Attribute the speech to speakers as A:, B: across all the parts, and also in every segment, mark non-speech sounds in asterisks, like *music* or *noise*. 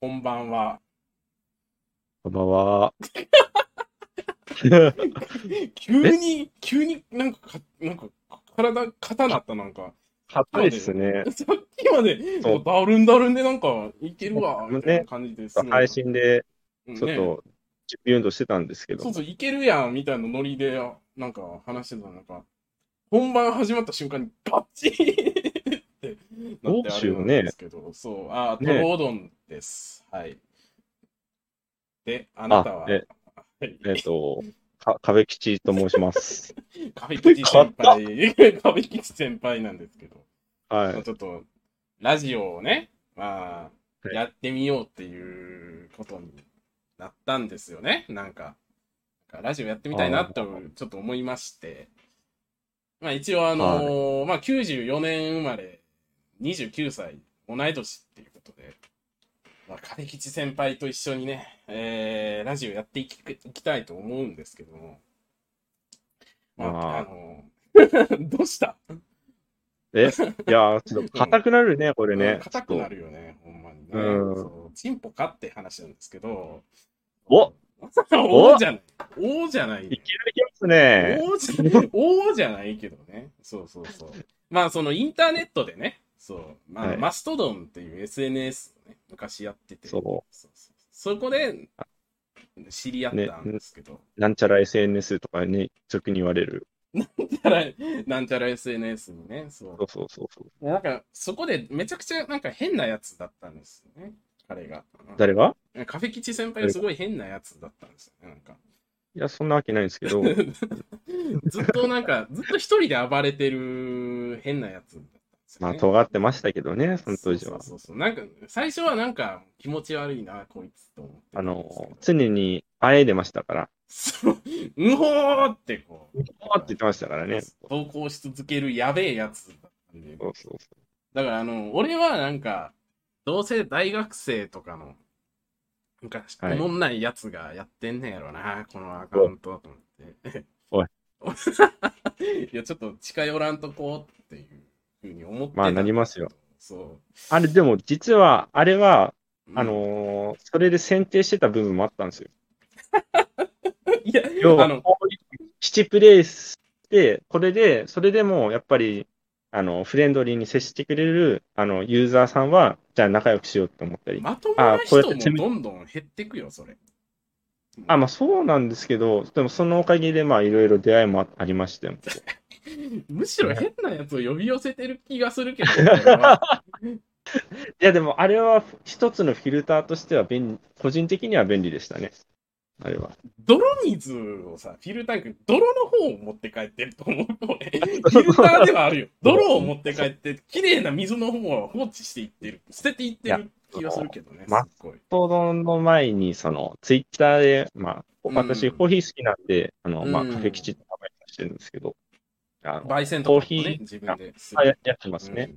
A: こんばん
B: *laughs*
A: は。
B: こんば
A: *laughs*
B: んは。
A: 急に、急になんかか、なんか、体、肩なった、なんか。
B: 硬いっすね。
A: さっきまで、
B: そう
A: だるんだるんで、なんか、いけるわ、
B: ね
A: みたいな感じです、
B: 配信で
A: うん
B: ちょっ
A: ね
B: と準備運動してたんですけど
A: そう、そう、いけるやん、みたいなノリで、なんか、話してたらなんか、本番始まった瞬間に、バッチリってなっ
B: ど
A: て
B: う
A: あ
B: し
A: れ
B: よ
A: な
B: うんね
A: ですけど、そう、あ、
B: ね
A: とろうどんです。はい。で、あなたは、
B: え
A: はい
B: えっ、と、か壁吉と申します。
A: 壁吉先
B: *laughs*
A: 輩、 *laughs* 壁吉先輩なんですけど、
B: は
A: まあ
B: い。
A: ちょっと、ラジオをね、まあ、
B: はい
A: やってみようっていうことになったんですよね、なんか。なんかラジオやってみたいなと、ちょっと思いまして。まあ一応、あのーまあ94年生まれ、29歳、同い年っていうことで、まあ、壁吉先輩と一緒にね、えーラジオやっていきいきたいと思うんですけども、まあ、
B: まあ
A: あのー *laughs* どうした *laughs*
B: え、いやー、ちょっと硬くなるね、これ
A: うん
B: ね。
A: 硬くな
B: る。
A: るよね、ほんまにね。
B: うん
A: そうチンポかって話なんですけど。 *laughs*
B: お
A: おじゃない。おじゃない
B: い
A: ね。
B: きなりきますね。
A: おじゃない。 *laughs* おじゃないけどね。そうそうそう。まあ、そのインターネットでね、そう、まあ
B: はい
A: マストドンっていう SNS をね、昔やってて、
B: そう
A: そうそうそこで知り合ったんですけど、
B: なんちゃら SNS とかに直に言われる。
A: *laughs* なんちゃら SNS にね、そう
B: そうそうそうそう。
A: でなんか、そこでめちゃくちゃなんか変なやつだったんですよね、彼が。
B: 誰が
A: カフェ吉先輩がすごい変なやつだったんですよね、なんか。 *laughs*
B: いや、そんなわけないんですけど。
A: ずっとなんか、ずっと一人で暴れてる変なやつだったんですよ、
B: まあ、
A: ね。
B: 尖ってましたけどね、その当時は。
A: そうそうそう。なんか、最初はなんか気持ち悪いな、こいつと思ってた
B: あ
A: んですけど。
B: の、常に、あえいでましたから。
A: そう、 *laughs* うほーってこう、
B: あって言ってましたからね。そ
A: 投稿し続けるやべえやつだったんで。
B: うそうそ
A: だからあの、俺はなんか、どうせ大学生とかの、昔、
B: はい
A: おもんないやつがやってんねやろな、このアカウントと思って。
B: おい。
A: *laughs* いや、ちょっと近寄らんとこうっていうふうに思ってた。
B: まあなりますよ。。
A: そう
B: あれ、でも実は、あれは、
A: う。
B: あ、のーそれで選定してた部分もあったんですよ。
A: いや、
B: 要
A: あ
B: は、
A: の、
B: こういう7プレイして、これで、それでも、やっぱり、あの、フレンドリーに接してくれる、あの、ユーザーさんは、じゃあ仲良くしようって思ったり。
A: まともな
B: あこ
A: 人
B: うやっ
A: も
B: て攻め
A: どんどん減ってくよ、それ。
B: あ、まあそうなんですけど、でもそのおかげで、まあいろいろ出会いもあありまして。
A: むしろ変なやつを呼び寄せてる気がするけど、俺はい
B: や、でもあれは一つのフィルターとしては便利、個人的には便利でしたね。あれは。
A: 泥水をさ、フィルターに、泥の方を持って帰ってると思う、俺。フィルターではあ
B: *laughs*
A: るよ。泥を持って帰って、綺麗な水の方を放置していってる。捨てていってる気がするけどね、す
B: いや
A: っごい。
B: 報道の前に、その、ツイッターで、まあ、
A: うん
B: 私、コーヒー好きなんで、あの、まあ、
A: うん
B: カフェ基地って名前にしてるんですけど、あの、
A: 焙煎とかも
B: コーヒ
A: ね
B: ー、
A: 自分です
B: あ
A: る
B: ややってますね。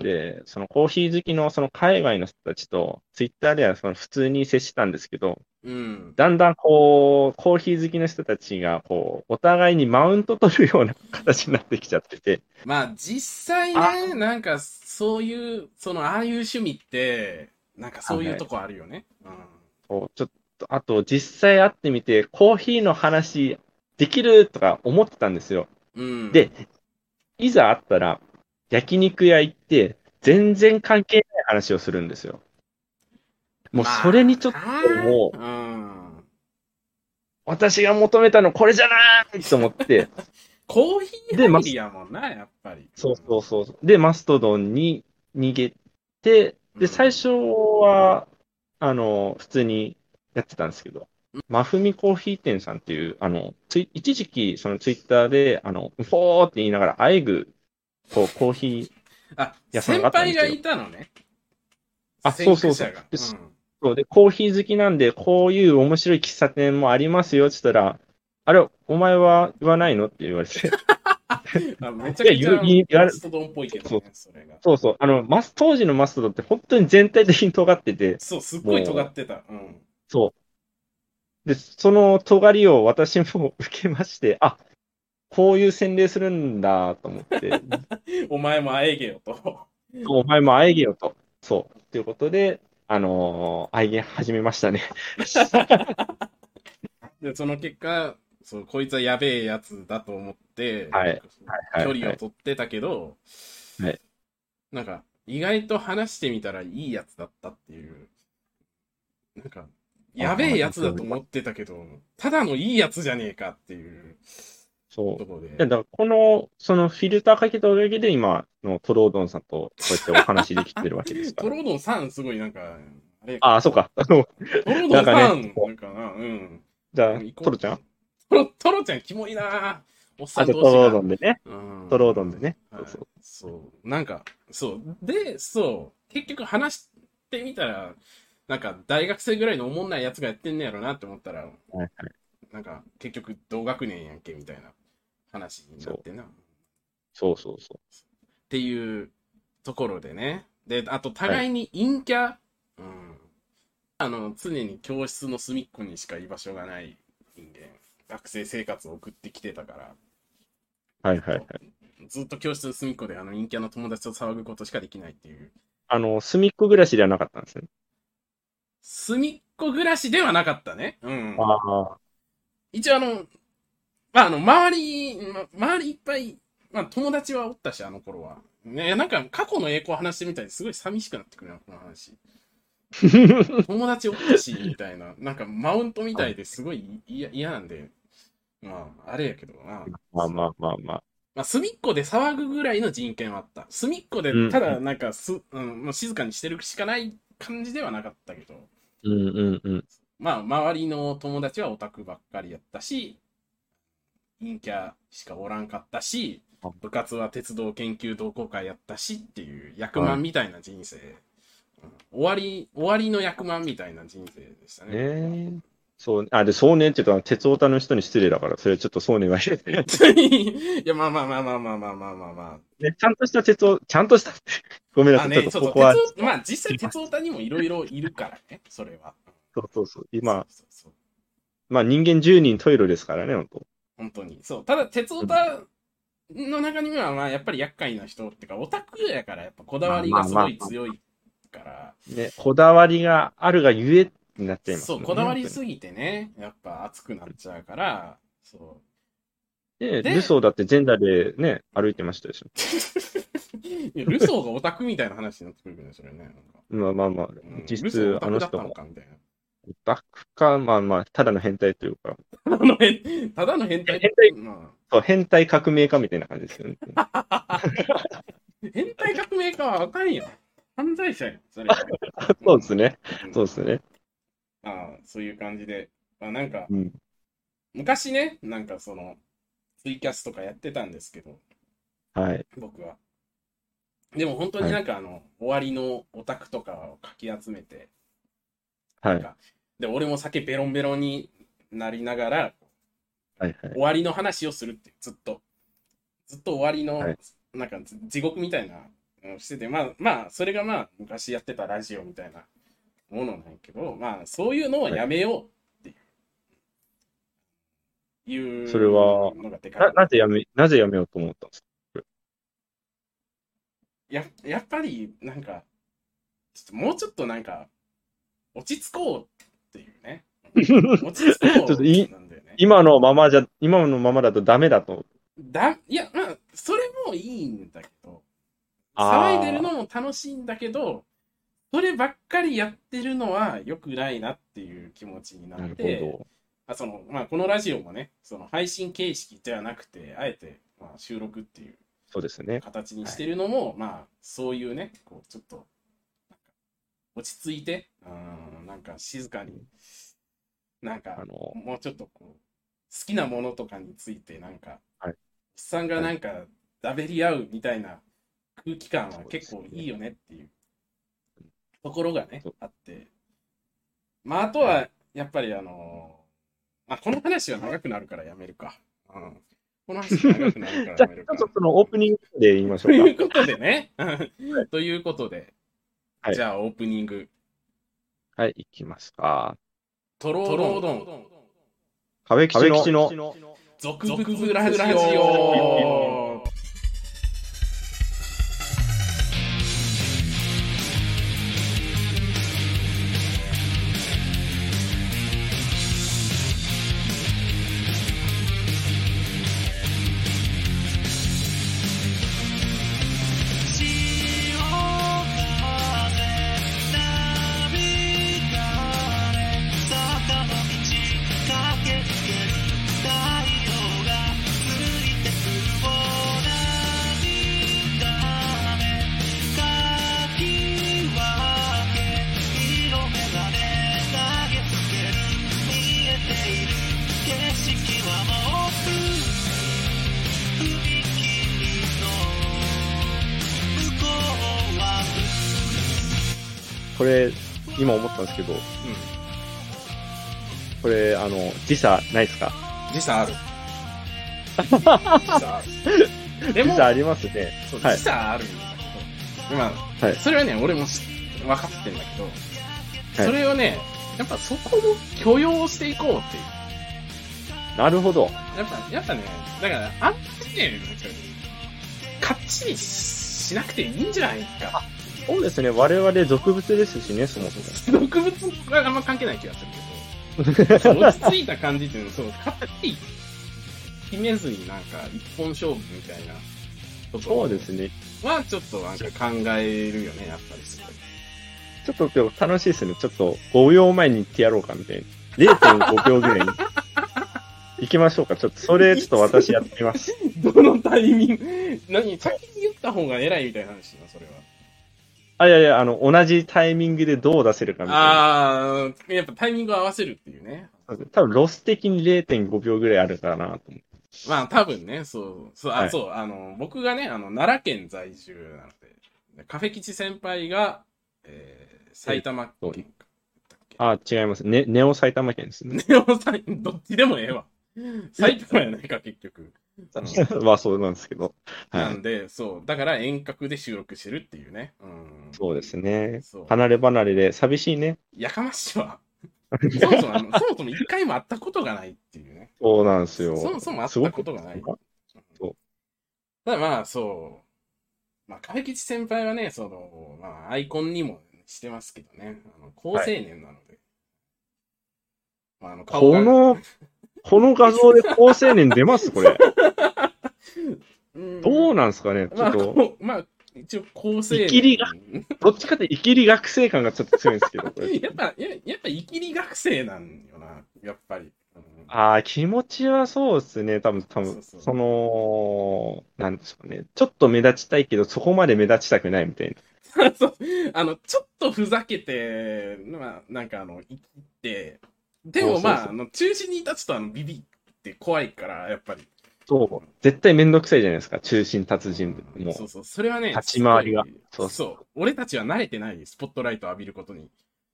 B: で、そのコーヒー好きのその海外の人たちと、ツイッターではその普通に接したんですけど、
A: うん。うん。
B: だんだんこう、コーヒー好きの人たちが、こう、お互いにマウント取るような形になってきちゃってて、
A: まあ、実際ね、なんか、そういう、その、ああいう趣味って、なんかそういうとこあるよね。
B: こうちょっと、あと実際会ってみて、コーヒーの話できるとか思ってたんですよ。
A: うん。うん
B: で、いざ会ったら、焼肉屋行って、全然関係ない話をするんですよ。もうそれにちょっと
A: まあな
B: もう、
A: うん。
B: 私が求めたのこれじゃないと思って、
A: コーヒー
B: でま
A: 入
B: あ
A: りやもんな、やっぱり。
B: そうそうそう。で、マストドンに逃げて、
A: うん
B: で、最初は、あの、普通にやってたんですけど、まふみコーヒー店さんっていう、あの、つい一時期、そのツイッターで、あの、うほーって言いながら、あえぐ、こう、コーヒー、
A: あ、
B: やそ
A: 先
B: れがあったん
A: 輩
B: です
A: が
B: よ
A: いたのね。
B: あ
A: 先駆
B: そ
A: 者
B: うそうそう
A: が
B: ですそうで、コーヒー好きなんで、こういう面白い喫茶店もありますよって言ったら、あれ、お前は言わないのって言われ *laughs* て、
A: うんあめちゃく
B: い
A: ち
B: や言う言い
A: ゃ
B: や
A: マストドンっぽいけどね、それが。
B: そうそう、あの、マス、当時のマストドンって本当に全体的に尖ってて、
A: そう、すっごい尖ってた。うん。
B: そう。で、その尖りを私も受けまして、あ、こういう洗礼 *laughs* するんだと思って、
A: お前もあえげよと。
B: お前もあえげよと。そう。ということで、あのー、愛言始めましたね。
A: で、その結果、そう、こいつはやべえやつだと思って、
B: はいはい
A: 距離を取ってたけど、
B: はい
A: なんか、意外と話してみたらいいやつだったっていう。なんか、やべえやつだと思ってたけど、ただのいいやつじゃねえかっていう
B: そう
A: と。ころで。
B: いやだからこの、そのフィルターかけたおかげで、今のトロードンさんとこうやってお話できてるわけですか
A: ト
B: *laughs* ら。
A: ロードンさん、すごいなんか、あれ、
B: ああ、そうか。あの
A: トロードンさん、
B: なんかね
A: なんかな、うん。
B: じゃあ、
A: 行こう
B: トロちゃん
A: トロ、トロちゃん、キモいなおっさ
B: あ、
A: ん
B: じゃあ
A: 同
B: ト
A: 士が
B: ロードンでね。
A: うん
B: トロードンでね。
A: はい
B: そうそう
A: そう。なんか、そう。で、そう。結局話してみたら、なんか大学生ぐらいのおもんないやつがやってんねやろなって思ったら、
B: はいはい
A: なんか結局同学年やんけみたいな話になってな。っ
B: そうそうそ
A: ていうところでね。で、あと互いに陰キャ、うん。あの、常に教室の隅っこにしか居場所がない人間。学生生活を送ってきてたから。
B: う。はいはいはい。
A: ずっと教室の隅っこであの陰キャの友達と騒ぐことしかできないっていう。
B: あの、隅っこ暮らしではなかったんですね。
A: 隅っこ暮らしではなかったね。うん。
B: ああ、
A: 一応あの、まああの、周り、ま周りいっぱい、まあ友達はおったし、あの頃は。ね、なんか過去の栄光話してみたいですごい寂しくなってくるな、この
B: *laughs*
A: 話。友達おったし、みたいな。なんかマウントみたいですごい嫌嫌なんで。まあ、あれやけどな。
B: まあまあまあまあ。
A: まあ、隅っこで騒ぐぐらいの人権はあった。隅っこで
B: うん、
A: ただ、なんかす、うん、もう静かにしてるしかない感じではなかったけど、
B: うんうんうん。
A: まあ、周りの友達はオタクばっかりやったし、陰キャしかおらんかったし
B: あ、
A: 部活は鉄道研究同好会やったしっていう役満みたいな人生。うん終わり、終わりの役満みたいな人生でしたね。
B: ねえ。そう、あ、で、そうねって言ったら、鉄オタの人に失礼だから、それちょっとそうねは言えない
A: *laughs* いや、まあまあまあまあまあまあまあまあまあ。 *laughs*
B: ねちゃんとした鉄オ、ちゃんとしたって。 *laughs* ごめんな
A: あ
B: さ
A: ね、
B: い、ちょっ
A: そ
B: と
A: うそう
B: ここは、
A: 鉄オまあ実際、鉄オタにもいろいろいるからね、それは。
B: そうそうそう。今、
A: そうそうそう
B: まあ人間10人トイレですからね、本当。
A: 本当に。そう、ただ、鉄オタの中には、まあ、やっぱり厄介な人っていうか、オタクやから、やっぱこだわりがすごい強いから、
B: ね、こだわりがあるがゆえになっちゃいます、
A: そう、こだわりすぎてね、やっぱ熱くなっちゃうから、そう。
B: で、
A: で
B: ルソーだってジェンダーでね、歩いてましたでしょ。
A: いやルソーがオタクみたいな話になってくるよね、それね。なんか
B: まあまあまあ
A: うん、
B: 実
A: ルソー
B: 質
A: オ、タ
B: あ
A: ク
B: の
A: だっ
B: 人
A: たの
B: も、
A: かみたいな。
B: オタクか、まあまあ、ただの変態というか、
A: ただの変 *laughs* ただの変態。
B: 変態
A: ま
B: そう、変態革命家みたいな感じですよね。
A: *laughs* あ、変態革命家はあかんやん。犯罪者やん、それ。
B: *laughs* そうですね。
A: ん
B: そうですね。
A: ああ、そういう感じで。まあなんか、
B: うん。
A: 昔ね、なんかその、ツイキャスとかやってたんですけど、
B: はい。
A: 僕は。でも本当になんかあの、終わりのオタクとかをかき集めて、
B: はい。
A: なんかで、俺も酒ベロンベロンになりながら、
B: はいはい。
A: 終わりの話をするっていう、ずっと。ずっと終わりの、
B: はい
A: なんか地獄みたいなのをしてて、まあまあ、それがまあ、昔やってたラジオみたいなものなんやけど、まあ、そういうのをやめようっていう。いう
B: それは
A: のがでかい
B: な、なぜやめ、なぜやめようと思ったんですか
A: ややっぱりなんかちょっともうちょっとなんか落ち着こうっていう
B: *laughs*
A: ね落ち着こ
B: ちょっというい
A: なんだよね
B: 今のままじゃ、今のままだとダメだと。
A: だいやまあそれもいいんだけど
B: あ
A: 騒
B: ー
A: いでるのも楽しいんだけどそればっかりやってるのは良くないなっていう気持ちにな
B: な
A: っ
B: る
A: て
B: ほ
A: あそのまあ、このラジオもねその配信形式ではなくてあえて、まあ、収録っていう
B: ど。そうですね。
A: 形にしてるのも、まあそういうねこうちょっとなんか落ち着いてうんなんか静かになん
B: あ
A: か
B: の、
A: もうちょっとこう好きなものとかについてなんか、
B: はい
A: おっさんがなんかだべり合うみたいな空気感は結構いいよねっていうところがね
B: そう
A: あってまああとはやっぱりあのーあこの話は長くなるからやめるか、うん、この話は長くなるから
B: *laughs* じゃ
A: や
B: あ、
A: め
B: ち
A: る
B: ょ
A: か
B: っとそのオープニングで言いましょ
A: といううことでね。ということで、
B: はい
A: じゃあオープニング。
B: か。はい、行きますか。
A: トロードン、
B: 壁吉の、
A: 続々ラジオ。
B: これ、今思ったんですけど、
A: う
B: これ、あの、時差ないですか
A: ん。時差ある。時差ある。で
B: 時
A: も、
B: 差ありますね。
A: そう
B: はい
A: 時差あるんだけど、
B: は
A: 今、
B: い
A: それはね、俺も知分かってんだけど、それをね、やっぱそこを許容していこうっていう。
B: なるほど。
A: やっぱ、やっぱね、だから、あんまりね、なんかかっちりしなくていいんじゃないか。
B: そうですね。我々俗物ですしね、そもそも。
A: 毒物はあんま関係ない気がするけど、その落ち着いた感じっていうのは、そう、かっちり決めずになんか、一本勝負みたいなこと
B: そうですね。
A: は、ちょっとなんか考えるよね、やっぱりすごい。
B: ちょっと今日楽しいですね。ちょっと5秒前に言ってやろうかみたいな。0.5秒
A: *laughs*
B: ぐらいに。行きましょうか。ちょっと、それ、ちょっと私やってみます。
A: どのタイミング、何、先に言った方が偉いみたいな話な、それは。
B: あ、いやいや、あの、同じタイミングでどう出せるかみたいな。
A: ああ、やっぱタイミングを合わせるっていうね。
B: 多分ロス的に0.5秒ぐらいあるかなと思
A: まあ多分ね、そう、そう、あ、
B: はい
A: そう、あの、僕がね、あの、奈良県在住なので、カフェ吉先輩が、えー、埼玉県
B: そう
A: だっけ
B: って。あ、違います。ね、ネオ埼玉県ですね。
A: ネオさん、どっちでもええわ。埼玉やないか、結局。
B: まあそうなんですけど。
A: な
B: はい。
A: んで、そう、だから遠隔で収録してるっていうね。うん。
B: そうですね。
A: そう。
B: 離れ離れで寂しいね。
A: やかましい
B: *laughs*
A: わ。そもそも、あのそもそも一回も会ったことがないっていうね。
B: そうなんです
A: そ
B: よ。
A: もそも会ったことがない。
B: すごくそう
A: ただまあそう、まあ、亀吉先輩はね、その、まあ、アイコンにもしてますけどね、あの高青年なので。まあ、あの顔が
B: この、この画像で高青年出ますこれ。
A: うん
B: どうなんですかねちょ
A: ま
B: っ
A: あ、
B: と、
A: こうまあ、一応高青年。
B: イキリがどっちかって生きり学生感がちょっと強いんですけど、これ。
A: *laughs* やっぱ、ややっぱ、イキリ学生なんよな、やっぱり。うん
B: ああ、気持ちはそうですね。多分、多
A: そう
B: 分、
A: そう
B: その、なんですかね。ちょっと目立ちたいけど、そこまで目立ちたくないみたいな。
A: *laughs* そうあの、ちょっとふざけて、まあ、なんかあの、生きて、でもまあ、
B: そうそうそう
A: あの中心に立つとあのビビって怖いから、やっぱり。
B: そう。絶対めんどくさいじゃないですか。中心達人も
A: そう
B: う。
A: そう、それはね、
B: 立ち回りが
A: すごい
B: そう
A: そう、俺たちは慣れてない、スポットライトを浴びることに。で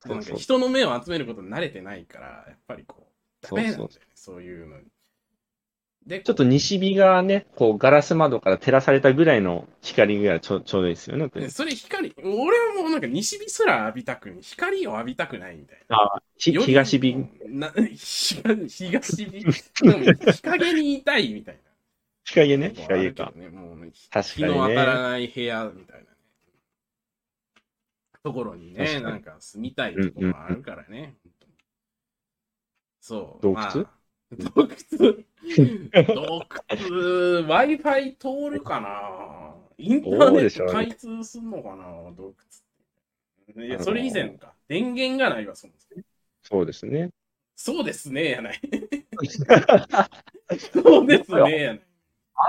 B: そう
A: なん
B: そ
A: か
B: う
A: 人の目を集めることに慣れてないから、やっぱりこう、ダメなんだよね、そういうのに。で、
B: ちょっと西日がね、こう、ガラス窓から照らされたぐらいの光ぐらいちょちょうどいいですよね。これ
A: ねそれ光、俺はもうなんか西日すら浴びたくに、光を浴びたくないみたいな。
B: ひ
A: より
B: 東日。
A: な東東
B: *laughs*
A: 日。でも日陰にいたいみたい
B: 日陰
A: な。
B: ね、日陰か。
A: もうあるけどね。もうね
B: 確
A: 日
B: か
A: の
B: に
A: 当
B: ね。
A: たらない部屋みたいなね。ところに
B: 確
A: ね、
B: かに
A: なんか住みたいところがあるからね。そう。
B: 洞窟
A: まあ洞窟洞窟 Wi-Fi 通るかなインターネット開通すんのかな洞窟いや、それ以前か。電源がないわ、そもそも。
B: そうですね。
A: そうですね、や
B: *laughs*
A: ない。そうですね、やない。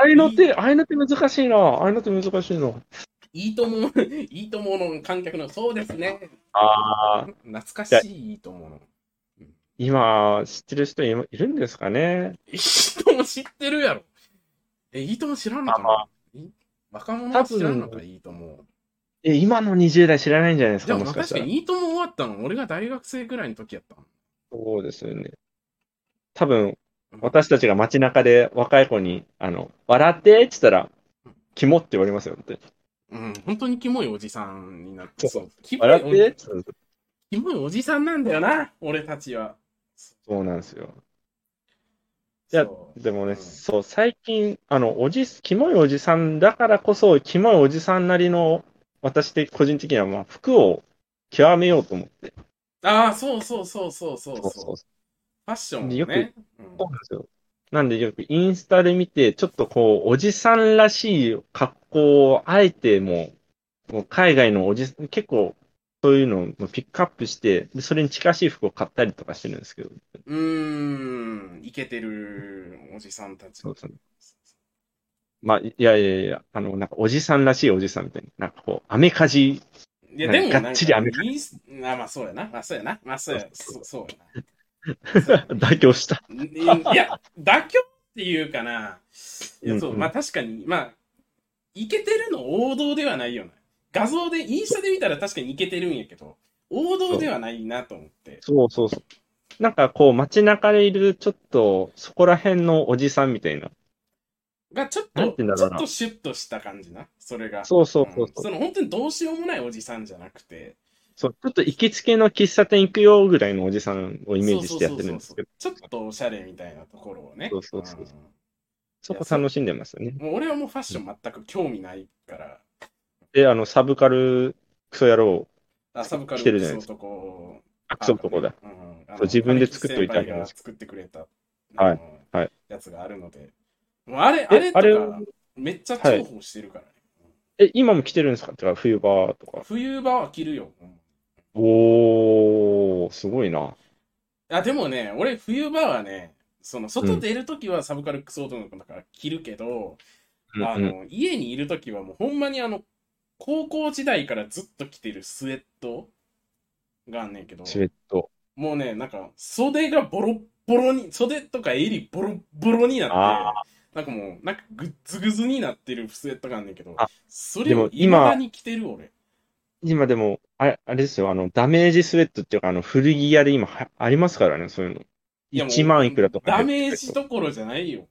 B: あいの手、あいの手難しいな。あいの手難しいな。
A: いいとも、いいともの観客の、そうですね。
B: ああ、
A: 懐かしいいいともの。
B: 今、知ってる人いいるんですかね。
A: いいとも知ってるやろ。え、いいとも知らんのか
B: まあ
A: な、い若者は知らんのか、いいとも。
B: え、今の20代知らないんじゃないです
A: で
B: か、
A: も
B: もしか
A: 確か
B: したら。
A: にいいとも終わったの、俺が大学生ぐらいの時やったの。
B: そうですよね。多分、私たちが街中で若い子に、あの、笑ってって言ったら、キモって言われますよって。
A: うん、本当にキモいおじさんになって、
B: そう
A: そう。キモい
B: 笑ってって言
A: お
B: ったら
A: キモいおじさんなんだよな、俺たちは。
B: そうなんですよ。いや
A: そう
B: でも
A: うん
B: ね、そう、最近、あの、おじ、キモいおじさんだからこそ、キモいおじさんなりの、私的、個人的には、まあ、服を極めようと思って。
A: ああ、そうそうそうそうそうそう。
B: そう
A: ファッションをね。
B: よく
A: うん
B: そうなんですよ。なんでよくインスタで見て、ちょっとこう、おじさんらしい格好を、あえてもう、もう海外のおじ、結構、そういうのをピックアップして、でそれに近しい服を買ったりとかしてるんですけど、
A: うーん、イケてるおじさんたち。
B: そうそうまあ、いやいやいや、あの、なんかおじさんらしいおじさんみたいな、なんかこう、アメカジ、 *laughs*
A: いや、でも、
B: がっちり雨
A: いいっすあ、まあ、そうやな。まあ、そうやな。まあ、そうや。そそう
B: *laughs*
A: やな。
B: 妥協した。
A: んいや、妥協っていうかな。いや、そうう、
B: んうん
A: まあ、確かに、まあ、イケてるの王道ではないよな。画像で、インスタで見たら確かにイケてるんやけど、王道ではないなと思って。
B: そうそうそう。なんかこう街中でいるちょっとそこら辺のおじさんみたいな。
A: が、ちょっ
B: なん
A: と、
B: て言うんだ
A: ち
B: ろ
A: ょ
B: うな
A: っとシュッとした感じな。それが。
B: そうそうそう
A: うん
B: そう。
A: その本当にどうしようもないおじさんじゃなくて、
B: そうちょっと行きつけの喫茶店行くよぐらいのおじさんをイメージしてやってるんですけど、
A: そうそうそうそうちょっとおしゃれみたいなところをね。
B: そうそうそうそ
A: ん
B: そこ楽しんでますよね。
A: もう俺はもうファッション全く興味ないから、
B: で、あの、サブカルクソ野郎、
A: あサブカル
B: 来てるじゃないです
A: そうとこ
B: あ、クソ男だ。。
A: うんあの
B: そう自分で作っといてあげる
A: 先輩が作ってくれた、
B: はい
A: あの
B: はい
A: やつがあるので、もうあれ、あれと
B: あれ
A: か、めっちゃ重宝してるからね。
B: え、今も来てるんですかってか、冬場とか。
A: 冬場は着るよ。うん
B: おー、すごいな。
A: あでもね、俺、冬場はね、その外出るときはサブカルクソードのだから着るけど、
B: うん
A: あ
B: うん
A: の家にいるときはもうほんまにあの高校時代からずっと着てるスウェットがあんねんけど、
B: スウェット。
A: もうね、なんか袖がボロッボロに、袖とか襟ボロッボロにな
B: あ
A: って、なんかもう、なんかグッズグズになってるスウェットがあんねんけど
B: あ、
A: それ
B: でも
A: を未だに着てる俺。
B: 今でも、あれ、あれですよ、あの、ダメージスウェットっていうか、あの、古着屋で今は、ありますからね、そういうの。
A: いやもう
B: 1万いくらとか。
A: ダメージどころじゃないよ。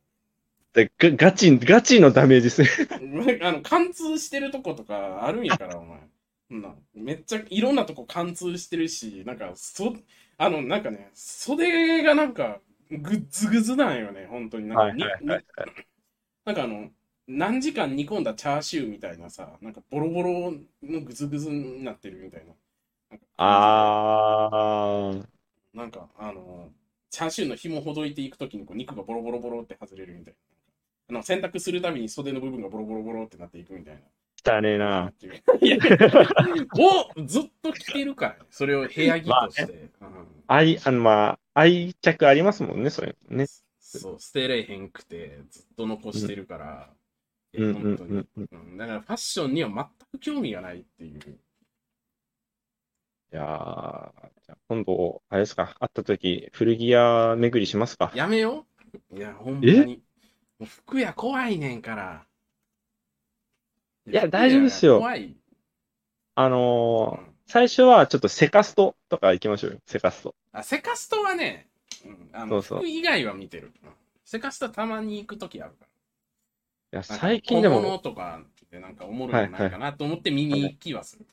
B: でガガチ、ガチのダメージスウェッ
A: *laughs*
B: ト。
A: あの貫通してるとことかあるんやからお前そんなめっちゃいろんなとこ貫通してるしなんかそあのなんかね袖がなんかグッズグズなんよね本当に *laughs* なんか,に、になんかあの何時間煮込んだチャーシューみたいなさなんかボロボロのグズグズになってるみたいな
B: あー、
A: なんかあのチャーシューの紐ほどいていくときにこう肉がボロボロボロって外れるみたいなあの洗濯するたびに袖の部分がボロボロボロってなっていくみたいな
B: 汚ねえな。
A: いや *laughs* をずっと着てるからね、それを部屋着として。うん
B: 愛、あの、まあ、愛着ありますもんね、それ。ね。
A: そう、捨てれへんくて、ずっと残してるから、
B: うん
A: いや
B: うん
A: 本当に、
B: うんうん。い
A: うんだからファッションには全く興味がないっていう。
B: やー、じゃあ今度、あれですか、会った時、古着屋巡りしますか。
A: やめよういや、ほんまに。もう服屋怖いねんから。
B: いや大丈夫っすよ
A: 服屋怖い。
B: あ
A: う
B: のー、
A: ん
B: 最初はちょっとセカストとか行きましょうよ、セカスト。
A: あセカストはね、うんあの
B: そうそう
A: 服以外は見てる。うんセカストはたまに行くときあるから。
B: い
A: な
B: や、
A: んか
B: 最近で
A: 小物
B: も、
A: とかってなんかおもろいのないかなと思って見に行きはする。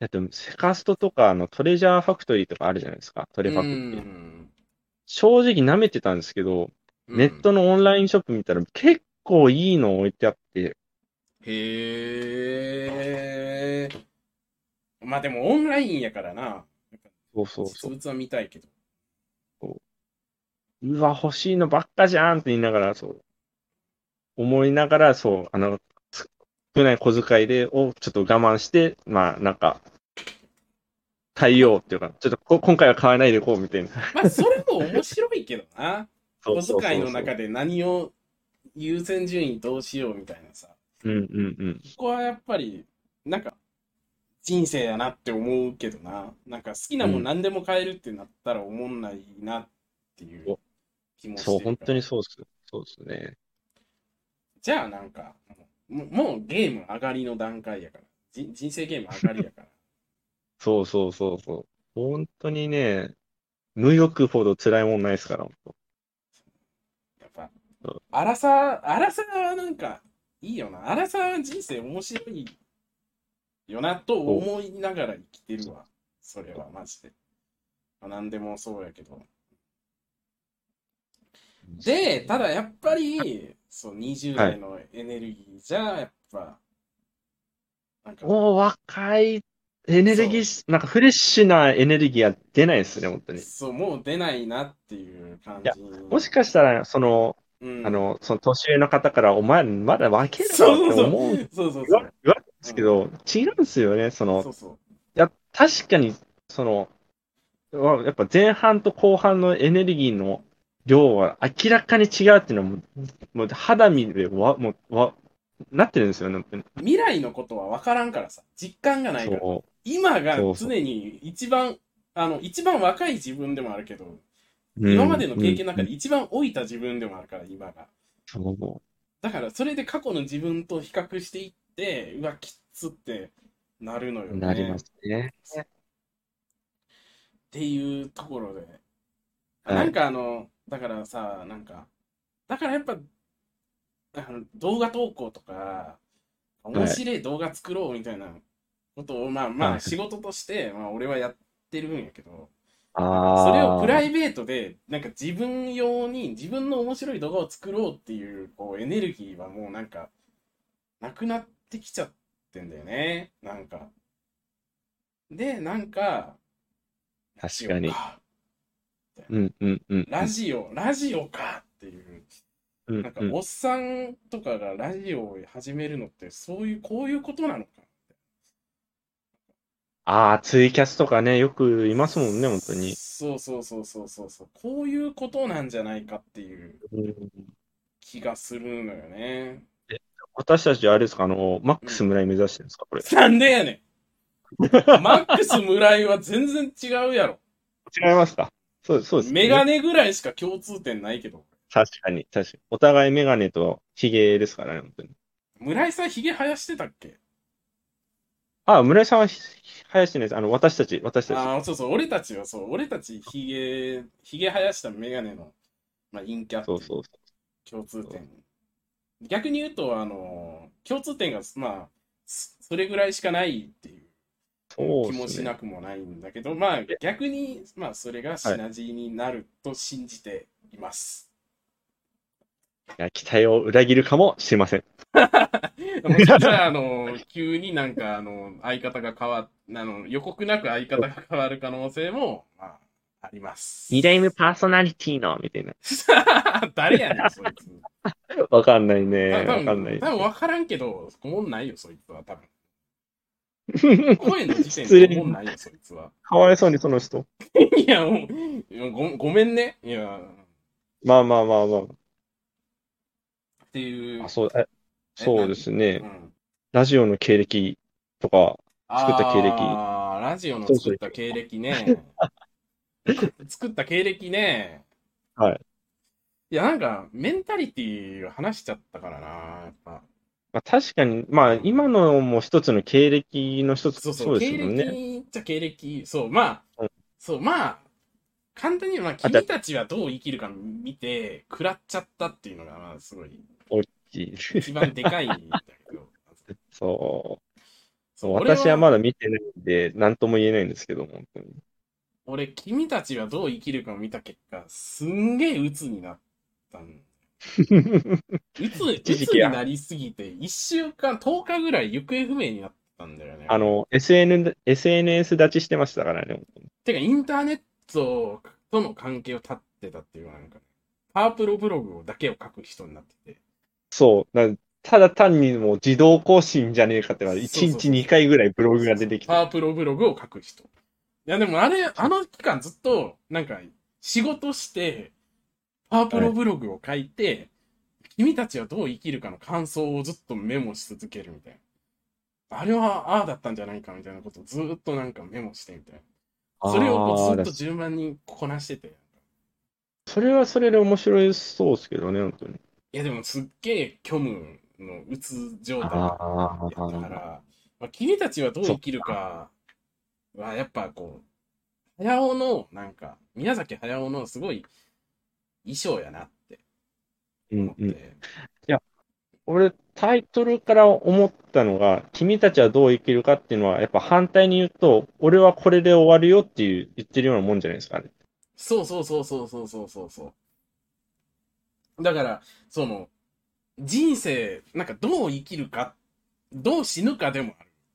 B: だってセカストとか、あの、トレジャーファクトリーとかあるじゃないですか、トレファクっていう。
A: ん
B: 正直舐めてたんですけど、ネットのオンラインショップ見たら結構いいの置いてあって、
A: へえ。まあでもオンラインやからな。
B: そうそうそ
A: 実
B: う。
A: 物は見たいけど。
B: うわ、欲しいのばっかじゃんって言いながら、そう、思いながら、そう、あの、少ない小遣いで、をちょっと我慢して、まあ、なんか、対応っていうか、ちょっとこ今回は買わないでこうみたいな。
A: まあそれも面白いけどな。
B: そう
A: 小遣いの
B: そうそうそ
A: 中
B: う。
A: で何を優先順位どうしようみたいなさ。
B: うんうんうん。
A: ここはやっぱり、なんか、人生やなって思うけどな。なんか好きなもん何でも買えるってなったら思んないなっていう気もしてるから
B: そう、本当にそうっす。そうっすね。
A: じゃあなんか、もうもうゲーム上がりの段階やから。じ人生ゲーム上がりや
B: *laughs*
A: から。
B: そうそうそうそう。本当にね、無欲ほど辛いもんないですから、本当
A: やっぱ
B: そう、
A: 荒さ、荒さはなんか、いいよな。荒さは人生面白いよなと思いながら生きてるわ。それはマジで。まあ、何でもそうやけど。で、ただやっぱり、そう、20代のエネルギーじゃ、やっぱ、なんか、
B: もう若い、エネルギーし、なんかフレッシュなエネルギーは出ないですね、本当に。
A: そう、もう出ないなっていう感
B: いや
A: じ。
B: もしかしたら、その、
A: うん
B: あの、その年上の方から、お前、まだ分ける
A: そう
B: な
A: そう
B: って
A: そうそ
B: 思う、
A: うそう
B: 言
A: そ
B: わ
A: う
B: れ。言われるんですけど、違うんですよね、そ
A: そ
B: の、
A: うそ
B: いや、確かに、その、わやっぱ前半と後半のエネルギーの量は明らかに違うっていうのはもう、もう肌身でわ、もう、わ、なってるんですよね、本当に。
A: う。未来のことは分からんからさ、実感がないから。
B: そ
A: 今が
B: そうそう
A: 常に一番、あの、一番若い自分でもあるけど、
B: う。うん
A: 今までの経験の中で一番老いた自分でもあるから、今が。
B: うんそう
A: だから、それで過去の自分と比較していって、うわ、きっつってなるのよね。
B: なりますね。
A: っていうところで、
B: はい
A: なんかあの、だからさ、なんか、だからやっぱ、あの動画投稿とか、面白い動画作ろうみたいなことを、まあま
B: は
A: あ
B: い
A: 仕事として、まあ俺はやってるんやけど、
B: あ
A: それをプラ
B: イ
A: イベートで、なんか自分用に自分の面白い動画を作ろうっていう、こうエネルギーはもうなんか、なくなってきちゃってんだよね、なんか。で、なんか、
B: 確かに。うんうんうん。
A: ラジオ、ラジオかっていう。
B: うんう
A: なんか、
B: ん
A: おっさんとかがラジオを始めるのって、そういう、こういうことなのか。
B: ああ、ツイキャスとかね、よくいますもんね、本当に。
A: そうそうそうそうそうそう。こういうことなんじゃないかっていう気がするのよね。
B: 私たち、あれですか、あの、マックス村井目指してるんですか、これ。
A: *laughs* なんでやねん。マックス村井は全然違うやろ。
B: 違いますかそうそうです、ね。
A: メガネぐらいしか共通点ないけど。
B: 確かに、確かに。お互いメガネとヒゲですからね、本当に。
A: 村井さん、ヒゲ生やしてたっけ
B: あ、村井さんはひ生やしてないです。あの、私たち、私たち。
A: ああ、そうそう、俺たちはそう、俺たちヒゲ、ヒゲ生やしたメガネの、まあ、陰キャってい
B: そううそうそ
A: 共通点。逆に言うと、あの、共通点が、まあ、そそれぐらいしかないっていう
B: う。
A: 気
B: そう
A: も
B: で
A: し
B: す
A: な
B: ね。
A: くもないんだけど、まあ逆に、まあそれがシナジーになると信じています。
B: いや期待を裏切るかもしれません。 *laughs*
A: もしかしたら、あの、急になんか、あの、相方が変わあの、予告なく相方が変わる可能性も、まあ、あります。
B: 二代目パーソナリティの、みたいな。
A: *laughs* 誰やねん、そいつ。
B: わかんないね。
A: 多
B: わ
A: 分
B: かんない。
A: 多分分からんけど、おもんないよ、そいつは、多分。
B: *laughs* か
A: 声の時点でおもんないよ、そいつは。
B: わいそうに、その人。
A: いや、もうご、ごめんね。いや、
B: まあまあまあま
A: っていう。
B: あ。あそう、えそうですね
A: う。ん、
B: ラジオの経歴とか、作った経歴
A: あーラジオの作った経歴
B: *laughs*
A: ね。作った経歴ね。
B: はい。
A: いや、なんか、メンタリティを話しちゃったからな、やっぱ。
B: まあ、確かに、まあ、今のも一つの経歴の一つ、
A: そうそう、
B: そうです
A: 経
B: も
A: 歴
B: んね。
A: っちゃ経歴、そう、まあ、
B: うん
A: そう、まあ、簡単に、まあ、
B: あじゃあ
A: 君たちはどう生きるか見て、食らっちゃったっていうのが、まあ、すごい、一番でかいんだけど。
B: *laughs* そう。
A: そう俺
B: 私はまだ見てないんで、何とも言えないんですけども、本当に。
A: 俺、君たちはどう生きるかを見た結果、すんげえ鬱になったん。 *laughs* 鬱、
B: 一時
A: 鬱
B: 期
A: に
B: は
A: なりすぎて、1週間、10日ぐらい行方不明になったんだよね。
B: あの、SN、SNS 立ちしてましたからね、本当に
A: てか、インターネットとの関係を断ってたっていうか、なんか、パープロブログだけを書く人になってて。
B: そう。なただ単にもう自動更新じゃねえかってのは、
A: そう
B: 1
A: そう
B: 日2回ぐらいブログが出てき
A: パ
B: て。
A: ープロブログを書く人。いや、でもあれ、あの期間ずっと、なんか、仕事して、パープロブログを書いて、君たちはどう生きるかの感想をずっとメモし続けるみたいな。あれは、ああだったんじゃないかみたいなことをずっとなんかメモしてみたいな。それをこうずっと
B: あー
A: 順番にこなしてて。
B: それはそれで面白いそうですけどね、本当に。
A: いや、でもすっげえ虚無のうつ状態だ
B: あ
A: ったから、まあ、君たちはどう生きるかは、やっぱこう、早尾の、なんか、宮崎早尾のすごい衣装やなって
B: うん
A: 思っ
B: うん。
A: て。
B: 俺、タイトルから思ったのが、君たちはどう生きるかっていうのは、やっぱ反対に言うと、俺はこれで終わるよっていう言ってるようなもんじゃないですかね。
A: そうそうそうそうそうそうそうそう。だから、その、人生、なんかどう生きるか、どう死ぬかでも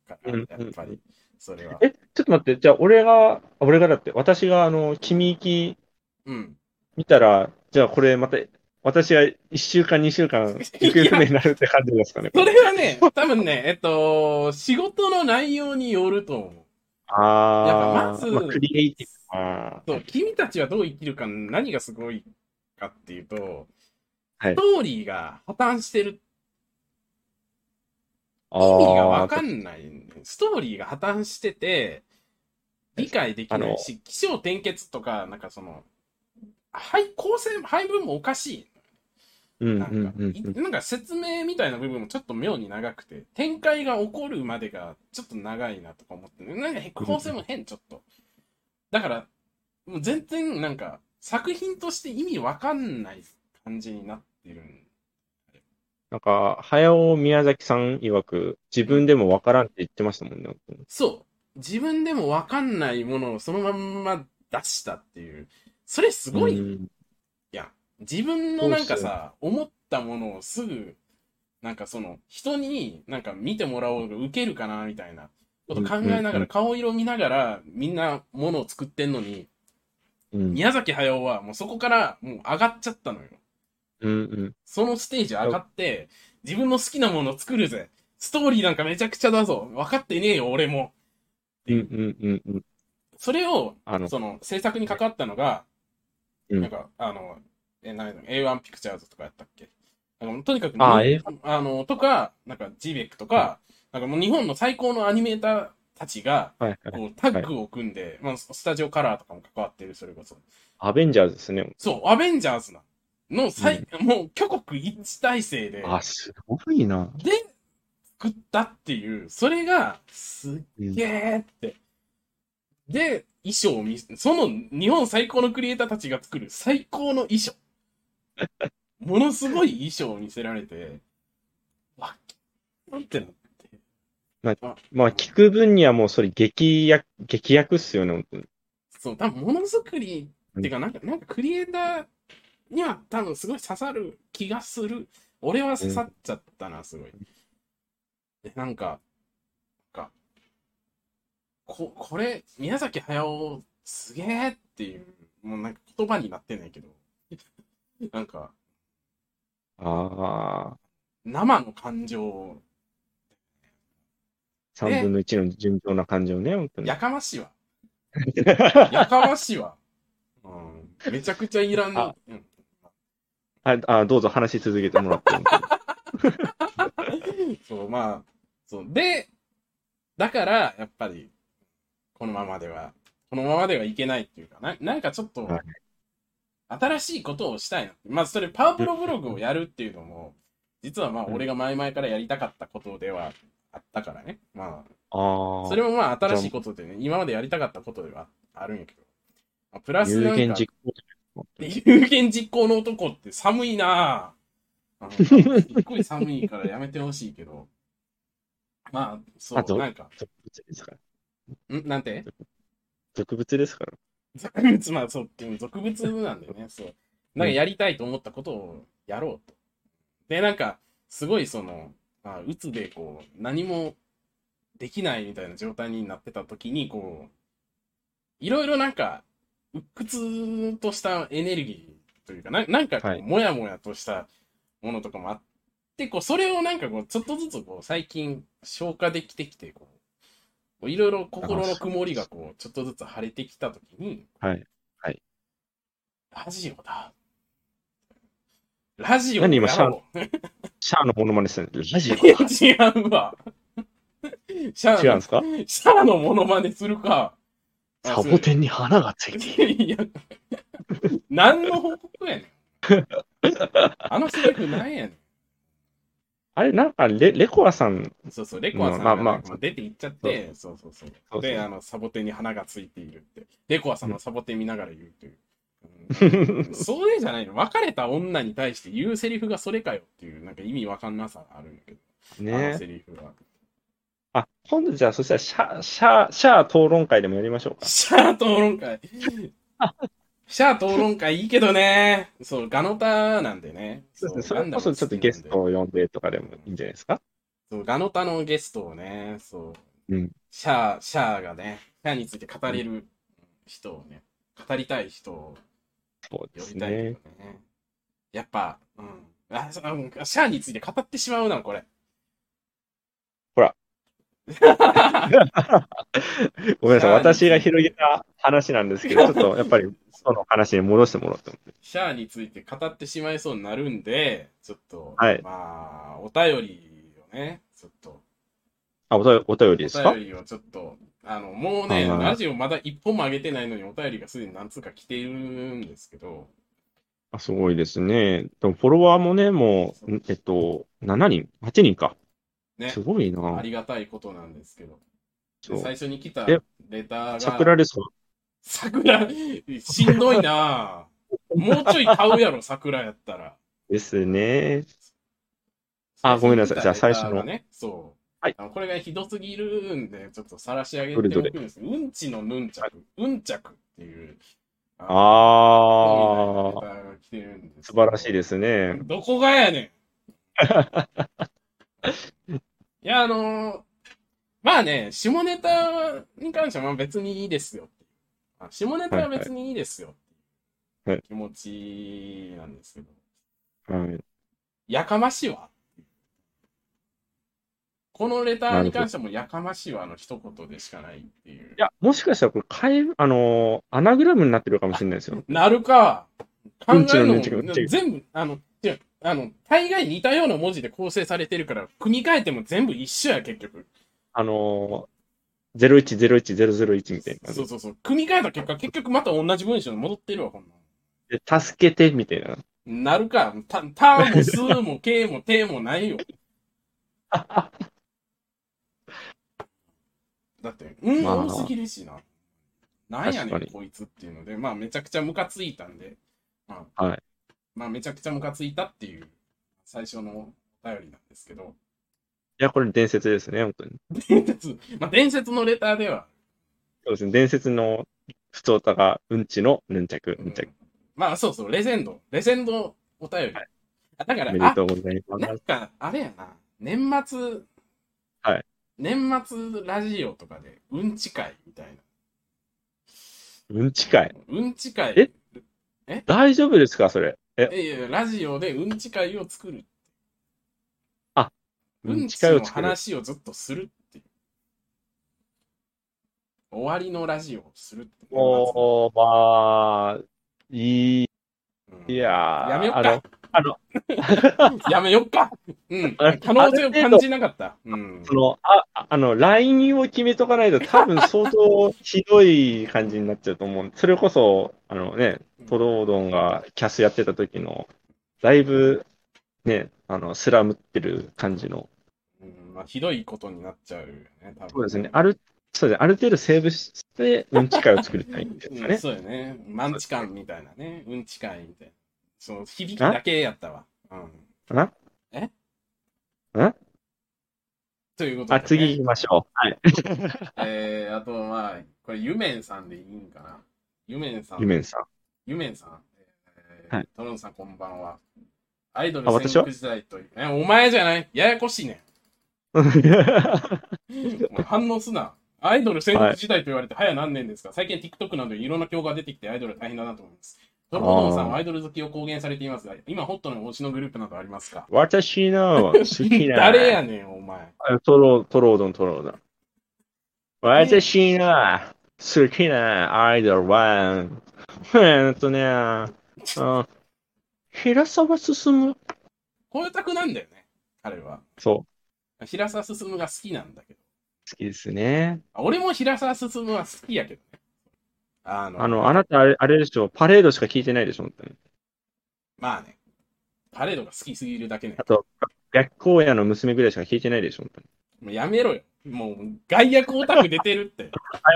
A: あるから、
B: うん
A: やっぱり、それは。
B: え、ちょっと待って、じゃあ俺が、あ俺がだって、私があの、君行き
A: うん。
B: 見たら、じゃあこれまた、私が1週間、2
A: *laughs*
B: 週間、行方不明になるって感じですかね。
A: それはね、多分ね、えっと、仕事の内容によると思う。
B: あ
A: やっぱま
B: あ
A: ず
B: まあ、クリエイティブな。
A: そう、君たちはどう生きるか、何がすごいかっていうと、
B: はい
A: ストーリーが破綻してる。意
B: あ
A: 味が
B: あ
A: わかんない、ね。ストーリーが破綻してて、理解できないし、起承転結とか、なんかその、はい、構成、配分もおかし
B: う
A: い。
B: んうん
A: なんか、
B: うん
A: い
B: うん。
A: なんか説明みたいな部分もちょっと妙に長くて、展開が起こるまでがちょっと長いなとか思って、なんか構成も変、ちょっと。だから、もう全然なんか作品として意味わかんない感じになってるん
B: なんか、早尾宮崎さん曰く、自分でもわからんって言ってましたもんね。
A: そう自分でもわかんないものをそのまんま出したっていうそれすごい、
B: うん
A: やん自分のなんか
B: そうっ
A: さ思ったものをすぐなんかその人になんか見てもらおうが受けるかなみたいなこと考えな
B: うんう
A: が
B: んう
A: ら
B: ん
A: 顔色見ながらみんなものを作ってんのに
B: うん。
A: 宮崎駿はもうそこからもう上がっちゃったのよ
B: うんうん。
A: そのステージ上がって、自分の好きなものを作るぜ。ストーリーなんかめちゃくちゃだぞ。分かってねえよ、俺も。
B: うんうんうんうん。
A: それを、
B: あの、
A: その、制作に関わったのが、
B: うん
A: なんか、あの、え、何だ A1 ピクチャーズとかやったっけあの、とにかく、
B: あ
A: にあの、とか、なんか GBEC とか、なんかもう日本の最高のアニメーターたちが、
B: はいはい。
A: こう、タッグを組んで、まあ、スタジオカラーとかも関わってる、それこそ。
B: アベンジャーズですね。
A: そう、アベンジャーズなの最、もう、挙国一致体制で、
B: あ、すごいな。
A: で、作ったっていう、それが、すっ
B: うん
A: げーって。で、衣装を見せ、その日本最高のクリエイターたちが作る最高の衣装。ものすごい衣装を見せられて、わっ、なんてなって。
B: まあ、聞く分にはもうそれ劇薬、劇薬っすよね、本当に。
A: そう、多分ものづくりっていうか、なんか、なんかクリエイターには多分すごい刺さる気がする。俺は刺さっちゃったな、すごい。で、なんか、なんか、こ、これ、宮崎駿、すげえっていう、もうなんか言葉になってないけど、 *laughs* なんか、
B: ああ、
A: 生の感情を、
B: 3分の1の順調な感情ね、本当に。
A: やかましい *laughs* わ。やかましいわ。うん、めちゃくちゃいらん、
B: あ
A: うん
B: はい、あ、どうぞ話し続けてもらって。本当に
A: そう、まあ、そう。で、だから、やっぱり、このままでは、このままではいけないっていうか、ななんかちょっと
B: はい、
A: 新しいことをしたいな。まあ、それ、パワープロブログをやるっていうのも、実はまあ、
B: うん
A: 俺が前々からやりたかったことではあったからね。まあ、
B: あ
A: *laughs* それもまあ、新しいことでね、今までやりたかったことではあるんやけど。まあプ
B: あ、
A: ラス
B: 有
A: なん
B: 言
A: か、
B: 実行。
A: 有言実行の男って寒いなぁ。あのすっごい寒いからやめてほしいけど。まあ、そ
B: あど
A: う、
B: う
A: なんか、
B: 俗物ですから。
A: んなんて
B: 俗物ですから。
A: *laughs* 俗物、まあ、そう、うん俗物なんでね、そう。なんかやりたいと思ったことをやろうと。で、なんか、すごいその、まあ、うつでこう、何もできないみたいな状態になってた時に、こう、いろいろなんか、鬱屈としたエネルギーというか、ななんかこ、
B: はいう
A: もやもやとしたものとかもあって、こう、それをなんかこう、ちょっとずつこう、最近消化できてきて、こう、こういろいろ心の曇りがこう、ちょっとずつ晴れてきた時に、
B: はい。はい。
A: ラジオだ。ラジオ
B: 何今
A: や
B: シャ
A: ろ
B: ンシャアのモノマネしてるんですラジオ
A: *laughs* う違うわ。シャ
B: 違うん
A: ア
B: ですか
A: の、シャアのモノマネするか。
B: サボテ
A: ン。
B: ンに花がついている。
A: いや、何の報告やねん。あのセリフなんやね
B: あれ、なんかレ、レコアさん、
A: ん。そうそう、レコアさん
B: まあ
A: が
B: まあ
A: なんか出て行っちゃって、そうそうそう。
B: そう
A: で、あの、サボテンに花がついているって。レコアさんのサボテン見ながら言うという。うん、それじゃないの。別れた女に対して言うセリフがそれかよっていう、なんか意味わかんなさがあるんだけど。あの
B: ね
A: セリフが。
B: あ、今度じゃあ、そしたらシャ、シャ、シャア討論会でもやりましょうか。
A: シャア討論
B: *laughs*
A: 会。シャア討論会いいけどね。そう、ガノタなんでね。
B: そうですね。
A: ガ
B: そ
A: ン
B: れ
A: ダム好
B: こ
A: きなんで
B: そちょっとゲストを呼んでとかでもいいんじゃないですか。
A: そう、ガノタのゲストをね、そう、
B: うん
A: シャア、シャアがね、シャアについて語れる人をね、語りたい人を
B: そうで
A: 呼
B: す
A: びたいけど
B: ね
A: ね。。やっぱ、うん。あ、そううんシャアについて語ってしまうな、これ。
B: ほら。
A: シャアについて
B: ごめんなさい。私が広げた話なんですけど、ちょっとやっぱり、その話に戻してもらおうと思って。
A: シャアについて語ってしまいそうになるんで、ちょっと、
B: はい
A: まあ、お便りをね、ちょっと、
B: あ、お便お便りです
A: お
B: か
A: 便りをちょっと、あの、もうね、
B: はい
A: ラジオまだ一本も上げてないのにお便りがすでに何通か来ているんですけど、
B: あ、すごいですね。でもフォロワーもね、もう、んえっと、7人 ?8 人か。
A: ね
B: す、ごい
A: あ
B: な。
A: りがたいことなんですけど、
B: そ
A: で最
B: う。
A: 初に来た
B: え
A: レターが、
B: 桜ですか
A: 桜、しんどいなぁもうちょい買うやろ、桜やったら。
B: ですね。あごめんなさいじゃあ最初の
A: ネタがね、そう。
B: はい
A: あのこれがひどすぎるんで、ちょっと晒し上げて
B: ど
A: お
B: れ
A: く
B: ど
A: ん
B: れ
A: ですけどうんちのヌンチャク、うんちゃくっていう。
B: あ
A: み
B: あ、
A: たいなネタが来てるんですけど
B: 素晴らしいですね。
A: どこがやね
B: *laughs*
A: ん。いや、あのーまあね、下ネタに関してはまあ別にいいですよ。あ下ネタは別にいいですよ。
B: はい
A: 気持ちなんですけど。
B: はい。
A: やかましいわ。このレターに関してはもうやかましいわの一言でしかないっていう
B: い。や、もしかしたらこれ、かえ、あのーアナグラムになってるかもしれないです
A: *laughs*
B: よ。
A: なるか。考
B: うんち
A: え
B: の
A: るの
B: ね
A: も
B: 違う違う
A: 全部、あの、違う、あの、大概似たような文字で構成されてるから、組み替えても全部一緒や、結局。
B: あのー、0101001みたいな。
A: そうそうそう。組み替えた結果、結局また同じ文章に戻ってるわ、こんなん。
B: で、助けてみたいな。
A: なるか。た、たも、すも、けも、てもないよ。だって、うん、
B: まあ
A: 多すぎるしな。なんやね
B: 確
A: ん
B: か、に
A: こいつっていうので、まあ、めちゃくちゃムカついたんで、まあ、
B: はい
A: まあ、めちゃくちゃムカついたっていう、最初のお便りなんですけど、
B: いや、これ伝説ですね、本当に。
A: 伝説、まあ、伝説のレターでは、
B: そうですね、伝説の不調たが、うんちのヌンチャク、ヌンチャク。
A: まあ、そうそう、レジェンド、レジェンドお便り。あだから、
B: おめで
A: あ
B: とうございま
A: なん
B: す。
A: か、あれやな、年末、
B: はい
A: 年末ラジオとかで、うんち会みたい
B: うんちかい。
A: な。うんち会。
B: え大丈夫ですか、それ。え、
A: いやいや、ラジオでうんち会を作る。
B: あ、
A: う
B: うんん
A: ち
B: ち
A: 会
B: 会
A: の
B: を作る
A: 話をずっとするっていう。終わりのラジオをするって。
B: もう、まあ、いい、
A: うん
B: いやー
A: やめよっ
B: あ
A: か
B: の、
A: *laughs* やめよっか。うん。
B: あ
A: 可能性を感じなかった。うん
B: そ。の、あ、ああの、ラインを決めとかないと、多分相当ひどい感じになっちゃうと思う。それこそ、あのね、トロードンがキャスやってた時の、だいぶ、ね、あの、スラムってる感じの。
A: うんまあ、ひどいことになっちゃうよね、多分。
B: そうですね。ある、そうですね。ある程度セーブして、うんち会を作りたいんです
A: う
B: よ
A: ん、
B: ね。
A: そうよね。マンチ感みたいなね。うんち感みたいな。その響きだけやったわ。うん。
B: な
A: え
B: な
A: ということで、
B: あ、次行き。ましょう。はい。
A: えー、あとまあ、これ、ゆめんさんでいいんかな。ゆめんさん。
B: ゆめんさん。
A: ゆめんさん。えー
B: はい
A: トロンさん、こんばんは。アイドル
B: あ私
A: 戦
B: は
A: 国時代という。え、お前じゃないややこしいねん。お前反応すな。アイドル戦国時代と言われて早何年ですか、最近 TikTok などいろんな競が出てきてアイドル大変だなと思います。トロボドンさんはアイドル好きを公言されていますが、今ホットの推しのグループなどありますか
B: *laughs* 私の好き *laughs* な、
A: 誰やねん、お前。
B: トロ、トロードン、トロードン。私の好きなアイドルは、えっとね、うん平沢進む。
A: 超えたくなんだよね、彼は。
B: そう、好
A: 平沢進が好きなんだけど。
B: きですね。
A: あ俺も平沢進は好きやけどね。あの、
B: あの、あなたあれ、あれでしょ、パレードしか聞いてないでしょ、本当に。
A: まあね。パレードが好きすぎるだけね
B: あ。と、逆光屋の娘ぐらいしか聞いてないでしょ、本当に。
A: もうやめろよ。もう外役オタク出てるって。
B: や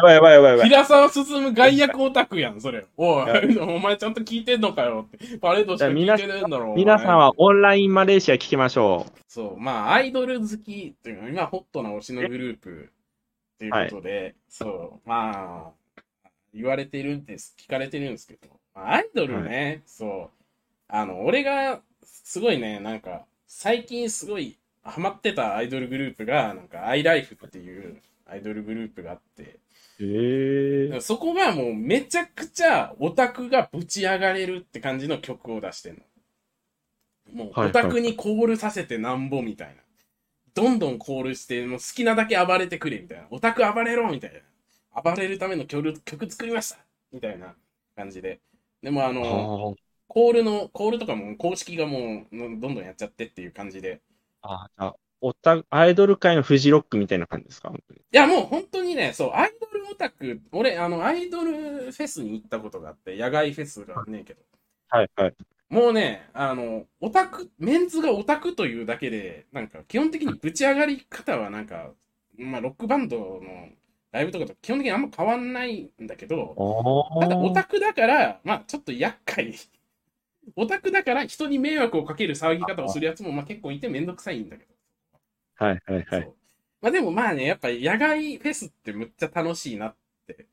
B: ばいやばいやばいやばい。
A: 平沢進む外役オタクやん、それ。おい、お前ちゃんと聞いてんのかよって。パレードしか聞いてねえんだろ。お前
B: 皆さんは。オンラインマレーシア聞きましょう。
A: そう、まあ、アイドル好きっていうのは、今、ホットな推しのグループっていうことで、そう、まあ、言われてるんです、聞かれてるんですけど、まあアイドルね、そう、あの、俺が、すごいね、なんか、最近すごい、ハマってたアイドルグループが、なんか、アイライフっていうアイドルグループがあって、
B: ええ。
A: そこがもうめちゃくちゃオタクがぶち上がれるって感じの曲を出してんの。もう
B: はい
A: オタクにコールさせてなんぼみたいな。どんどんコールして、もう好きなだけ暴れてくれみたいな。オタク暴れろみたいな。暴れるための曲曲作りましたみたいな感じで。でもあの、
B: は
A: コールの、コールとかも公式がもうどんどんやっちゃってっていう感じで。
B: ああ、じゃあ、おた、アイドル界のフジロックみたいな感じですか、本当に。
A: いや、もう本当にね、そう、アイドルオタク、俺、あの、アイドルフェスに行ったことがあって、野外フェスがあんねんけど。
B: はいはい。
A: もうね、あの、オタク、メンズがオタクというだけで、なんか、基本的にぶち上がり方は、なんか、まあ、ロックバンドのライブとかと基本的にあんま変わんないんだけど、
B: あ
A: ただオタクだから、まあちょっと厄介。 *laughs* オタクだから人に迷惑をかける騒ぎ方をするやつもまあ結構いてめんどくさいんだけど。
B: はいはいはい
A: そ。うまあでもまあね、やっぱ野外フェスってむっちゃ楽しいなって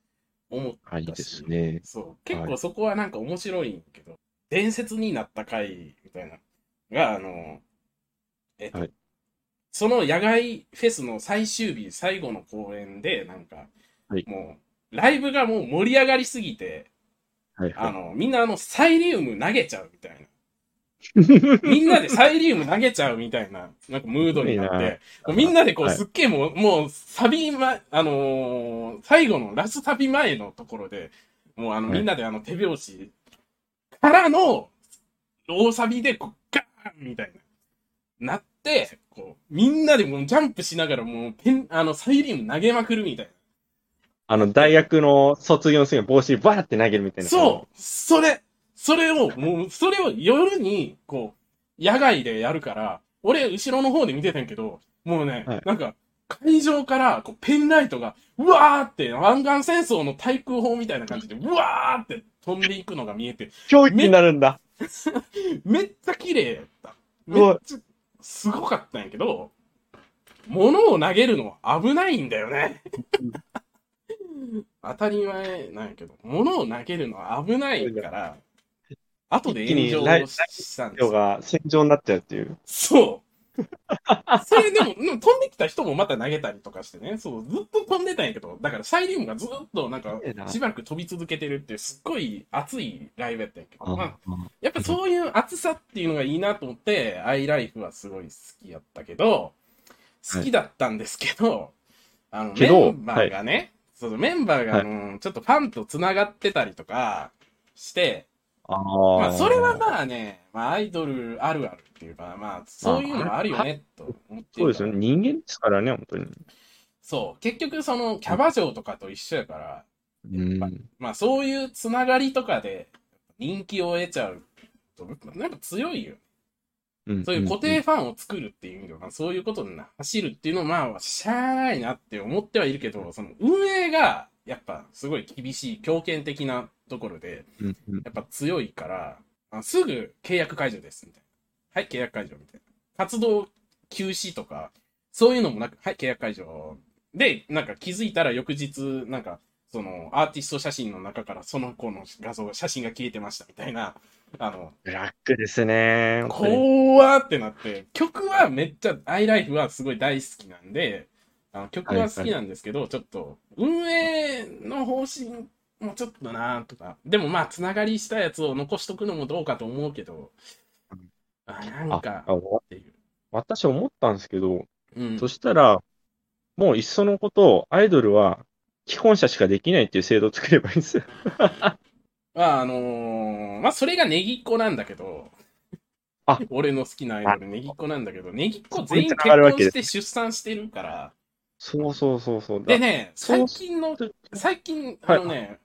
A: 思ったし。
B: あ、いいですね。
A: そう。結構そこはなんか面白いんけど、伝説になった回みたいなのが、あの、えっと、
B: はい
A: その野外フェスの最終日、最後の公演で、なんか、
B: はい
A: もう、ライブがもう盛り上がりすぎて、
B: はい
A: あ
B: は
A: の、みんなあの、サイリウム投げちゃうみたいな。
B: *laughs* い。
A: みんなでサイリウム投げちゃうみたいな、なんかムードになっ
B: いい
A: て、もうみんなでこう、
B: はい
A: すっげえもう、もう、サビま、あのー最後のラスサビ前のところで、もうあの、
B: はい
A: みんなであの、手拍子からの、大サビで、こう、ガーンみたいな、なって、こう、みんなでもうジャンプしながら、もう、ペン、あの、サイリウム投げまくるみたい
B: あの、大学の卒業の時に帽子バーって投げるみたい
A: な。
B: な。
A: そうそれそれを、もう、それを夜に、こう、野外でやるから、俺、後ろの方で見てたんやけど、もうね、
B: はい
A: なんか、会場から、こう、ペンライトが、うわーって、湾岸戦争の対空砲みたいな感じで、うわーって飛んでいくのが見えて、
B: 教育になるんだ。
A: めっちゃ綺麗だった。
B: すご
A: め
B: い
A: っちゃ、すごかったんやけど、物を投げるのは危ないんだよね。当たり前なんやけど、物を投げるのは危ないから、後で炎上をしたんです
B: 今日
A: よ。
B: が戦場になっちゃうっていう。
A: そう。それでも、でも飛んできた人もまた投げたりとかしてね、そう、ずっと飛んでたんやけど、だからサイリウムがずっとなんか
B: ええ、な
A: しばらく飛び続けてるっていう、すっごい熱いライブやったんやけど、まあ、
B: うん
A: やっぱそういう暑さっていうのがいいなと思って、アイライフはすごい好きやったけど、好きだったんですけど、あの、
B: けど
A: メンバーがね、そのメンバーが、
B: はい
A: あの、ちょっとファンと繋がってたりとかして、
B: あ
A: ま
B: あ
A: あ、それはまあね、まあ、アイドルあるあるっていうか、まあ、そういうのもあるよね、と思って
B: そう
A: る
B: です
A: か
B: よ
A: ら
B: ね。人間ですからね、本当に。
A: そう。結局、その、キャバ嬢とかと一緒やから、
B: うん。
A: まあそういうつながりとかで人気を得ちゃうと、なんか強いよ。
B: うん
A: そういう固定ファンを作るっていう意味では、まあそういうことにな走るっていうのは、まあ、しゃあないなって思ってはいるけど、その運営が、やっぱすごい厳しい、強権的なところで、
B: うんうん
A: やっぱ強いから、あすぐ契約解除です、みたいな。はい、契約解除、みたいな。活動休止とか、そういうのもなく、はい、契約解除。で、なんか気づいたら翌日、なんか、そのアーティスト写真の中からその子の画像、写真が消えてましたみたいな、あの、
B: ブラックですね。本当に
A: 怖ーってなって、曲はめっちゃ、アイライフはすごい大好きなんで、あの曲は好きなんですけど、ちょっと、運営の方針もちょっとなーとか、でもまあ、つながりしたやつを残しとくのもどうかと思うけど、あなんか
B: あ
A: っ
B: わ
A: ていう。
B: 私思ったんですけど、
A: うん
B: そ、したら、もういっそのこと、アイドルは既婚者しかできないっていう制度を作ればいいんですよ。
A: まあ、あのーまあ、それがネギっ子なんだけど、
B: あ
A: *laughs* 俺の好きなアイドル、ネギっ子なんだけど、ネギっ子
B: そこに
A: 全員結
B: 繋がるわ
A: 婚
B: けで
A: し
B: す
A: て出産してるから、
B: そうそうそうそう。
A: でね、
B: そ
A: 最
B: う
A: 近の
B: だ、
A: 最近、あ
B: はい
A: のね、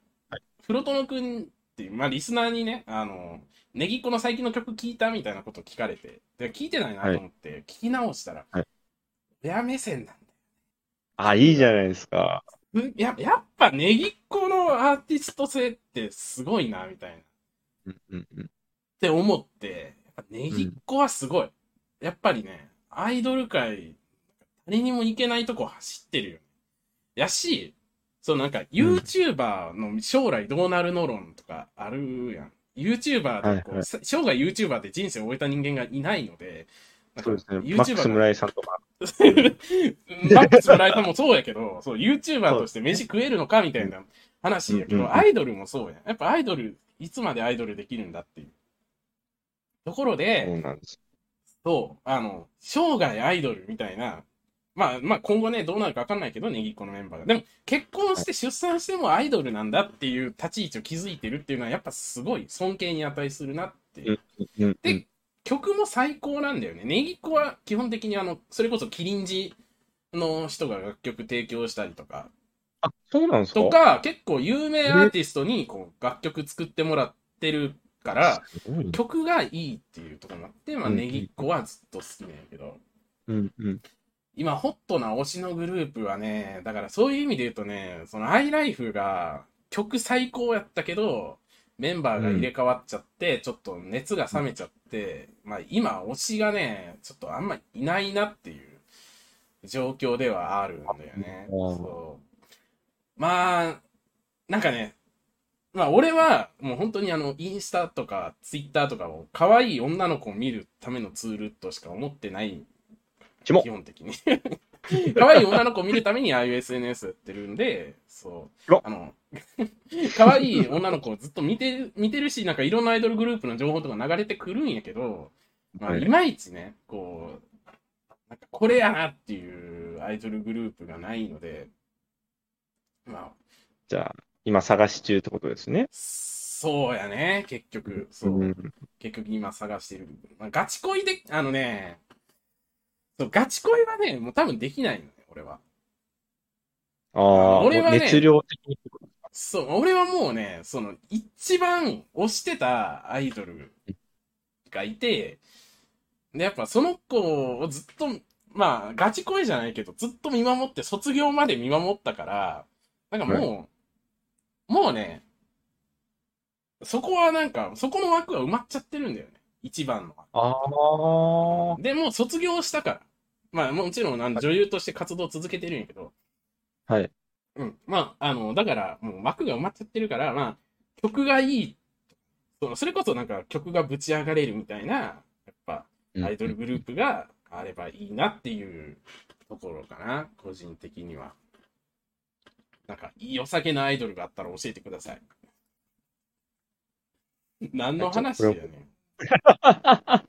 A: フロトノくんっていう、まあ、リスナーにね、あの、ネギっ子の最近の曲聞いたみたいなこと聞かれて、で聞いてないなと思って、聞き直したら、
B: はい
A: 親目線なん
B: あ、いいじゃないですか。
A: だよ。ややっぱネギっ子のアーティスト性ってすごいな、みたいな。っ
B: うんうんうん。
A: て思って、やっぱネギっ子はすごい。やっぱりね、アイドル界、誰にも行けないとこ走ってるよ。やし、そうなんか YouTuber の将来どうなるの論とかあるやん。YouTuber でこう、
B: はいはい
A: さ生涯 YouTuber で人生を終えた人間がいないので、なんか
B: そうですね。マックス村井さんとか。
A: *laughs* マックス村井さんもそうやけど、そう、YouTuber として飯食えるのかみたいな話やけ
B: うんうんう
A: ど、
B: ん
A: アイドルもそうやん。やっぱアイドル、いつまでアイドルできるんだっていう。ところで、
B: そうなんです。
A: そう、あの、生涯アイドルみたいな、まあまあ今後ね、どうなるかわかんないけど、ネギっ子のメンバーが。でも、結婚して出産してもアイドルなんだっていう立ち位置を築いてるっていうのは、やっぱすごい尊敬に値するなっていう。
B: うんう
A: で
B: ん。
A: 曲も最高なんだよね。ネギっ子は基本的にあの、それこそキリンジの人が楽曲提供したりとか、
B: あ、そうなんですか
A: とか、結構有名アーティストにこう楽曲作ってもらってるから、
B: すごいね
A: 曲がいいっていうところになって、まあ
B: うん
A: ネギっ子はずっと好きなんやけど、
B: うんうん。
A: 今、ホットな推しのグループはね、だからそういう意味で言うとね、そのアイライフが曲最高やったけど、メンバーが入れ替わっちゃって、ちょっと熱が冷めちゃって、まあ今、推しがね、ちょっとあんまいないなっていう状況ではあるんだよね。
B: うん
A: そう。まあ、なんかね、まあ俺はもう本当にあのインスタとかツイッターとかを可愛い女の子を見るためのツールとしか思ってない
B: キモ
A: 基本的に *laughs* 可愛い女の子を見るためにああいう SNS やってるんでそう
B: キモ
A: あの *laughs* 可愛い女の子をずっと見てる見てるしなんかいろんなアイドルグループの情報とか流れてくるんやけど、まあ、
B: はい
A: いまいちねこうなんかこれやなっていうアイドルグループがないのでまあ
B: じゃあ、今探し中ってことですね。
A: そうやね結局そう、
B: うん。
A: 結局今探してる。まあ、ガチ恋で、あのね、そう、ガチ恋はね、もう多分できないのね、俺は。
B: ああ、
A: 俺はね
B: 熱量的にってことですか
A: そう、俺はもうね、その、一番推してたアイドルがいて、で、やっぱその子をずっと、まあ、ガチ恋じゃないけど、ずっと見守って、卒業まで見守ったから、なんかもう、もうね、そこはなんか、そこの枠は埋まっちゃってるんだよね。一番の枠
B: ああ、
A: でもう卒業したから。まあもちろんあの
B: はい
A: 女優として活動を続けてるんやけど。
B: はい。
A: うん。まあ、あの、だからもう幕が埋まっちゃってるから、まあ曲がいい。そのそれこそなんか曲がぶち上がれるみたいな、やっぱアイドルグループがあればいいなっていうところかな、個人的には。なんかいいお酒のアイドルがあったら教えてください。 *laughs* 何の話やねん。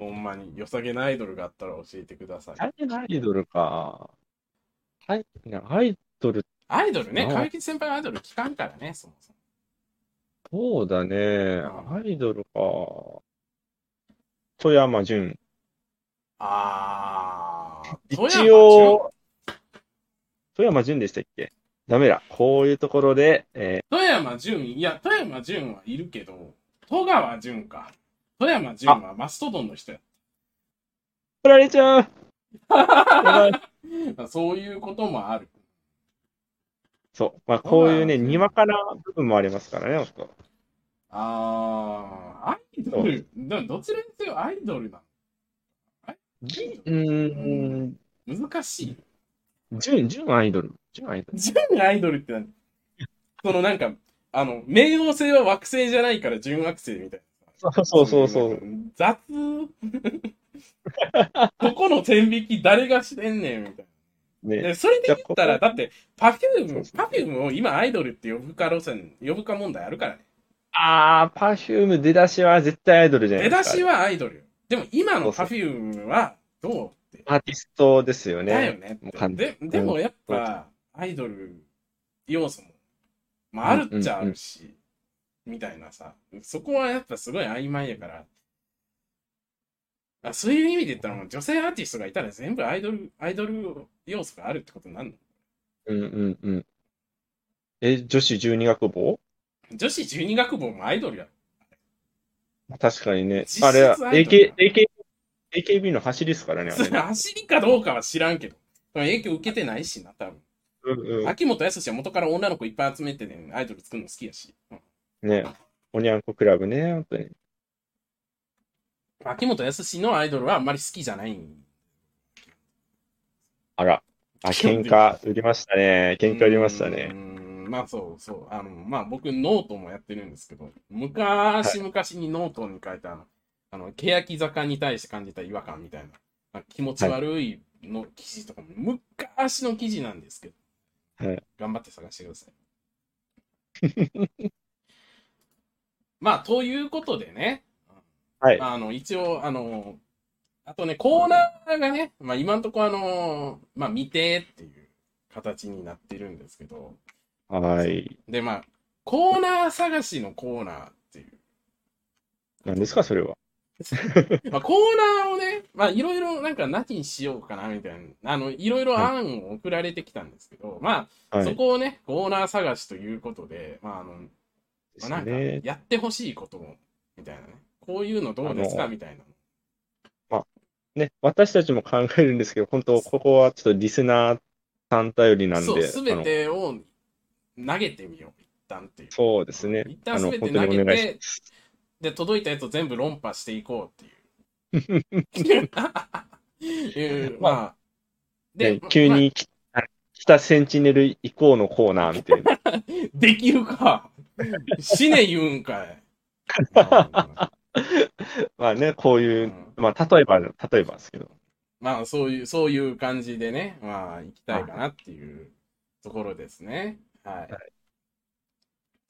A: ほんまに良さげなアイドルがあったら教えてください。
B: 大変なアイドルか。はい、いやアイドル、
A: アイドルね、
B: なあ
A: 川吉先輩のアイドル聞かんからね、そもそも。
B: そうだね。アイドルか。富山純。
A: あー、
B: 一
A: 富山純
B: 応、富山純でしたっけダメだ。こういうところで、え
A: 富山純、いや、富山純はいるけど、戸川純か。富山純はマストドンの人や。
B: ー、取られ
A: *laughs*
B: ちゃう。やばい
A: そういうこともある。
B: そう。まあ、こういう
A: そうな
B: ね、
A: んですよ
B: にわかな部分もありますからね、本当
A: あー、アイドル、でもどちらにせよアイドルな
B: ぎうーん、
A: の。難しい。
B: 純、純アイドル。純アイドル。
A: 純アイドルって何そのなんか、あの、冥王星は惑星じゃないから純惑星みたいな。
B: そうそうそうそう。。
A: 雑 *laughs* ここの線引き誰がしてんねんみたいな。
B: ね。
A: でそれで言ったら、
B: じ
A: だって、パフュー
B: そう
A: ム、
B: そう
A: パフュームを今アイドルって呼ぶか路線、呼ぶか問題あるからね。
B: あー、パフューム出だしは絶対アイドルじゃな
A: 出
B: いで
A: だ
B: すか。
A: しはアイドルよ。でも今の
B: そ
A: パ
B: う
A: フュームはどうって。
B: アーティストですよ
A: だよね
B: ね。もう
A: って。
B: 完
A: で
B: 全
A: でもやっぱ、アイドル要素も、まあ、あ
B: うん
A: るっちゃあるし、みたいなさ、そこはやっぱすごい曖昧やから、あそういう意味で言ったらもう女性アーティストがいたら全部アイドル、アイドル要素があるってことになるの
B: うんうんうん。え、女子十二学部
A: 女子十二学部もアイドルやろ。
B: 確かにね。
A: 実質
B: あれは、
A: アイドル
B: AK、AK、AKB の走りですからね、あ
A: そ
B: れ
A: れ
B: ね。
A: 走りかどうかは知らんけど、影響受けてないしな、多分。
B: うんう
A: 秋元康は元から女の子いっぱい集めてね、アイドル作るの好きやし。うん
B: ん。ね。おにゃんこクラブね、本当に。
A: 秋元康のアイドルはあんまり好きじゃない
B: あら。あ、喧嘩売りましたね。喧嘩売りましたね
A: う。ん。まあそうそう。あの、まあ僕ノートもやってるんですけど、昔々にノートに書いたあの、あの、欅坂に対して感じた違和感みたいな、なんか気持ち悪いの記事とかも、昔の記事なんですけど、
B: はい
A: 頑張って探してください。まあ、ということでね、
B: はい。
A: あの、一応、あの、あとね、コーナーがね、まあ今んとこあの、まあ見てっていう形になってるんですけど、
B: はい。
A: でまあ、コーナー探しのコーナーっていう。
B: 何ですか、それは。
A: まあコーナーをね、まあいろいろなんか何にしようかなみたいな、あの、いろいろ案を送られてきたんですけど、まあ、
B: はい。
A: そこをね、コーナー探しということで、まああの、ま
B: で
A: あ
B: す
A: なんか
B: ね。
A: やってほしいことを、みたいなね、こういうのどうです
B: あ
A: か
B: の
A: みたいな。
B: ね、私たちも考えるんですけど、本当、ここはちょっとリスナーさん頼りなん
A: そう、
B: で、
A: す
B: あ
A: べ
B: の
A: てを投げてみよう、一旦っていう。
B: そうですね。
A: 一
B: あ
A: 旦
B: の、
A: すべて
B: 本当
A: 投
B: に
A: げ、
B: お願いして
A: で、届いたやつを全部論破していこうっていう。
B: *laughs*
A: いうまあ、
B: ね急
A: まあ
B: に、あ北センチネル以降のコーナーみ
A: *laughs*
B: たいな。
A: できるか。死ね言うん
B: *laughs*
A: かい。ま
B: まあね、こういう、まあ、例えば、例えばですけど。
A: あ、そういう、そういう感じでね、まあ、行きたいかなっていうところですね。はい。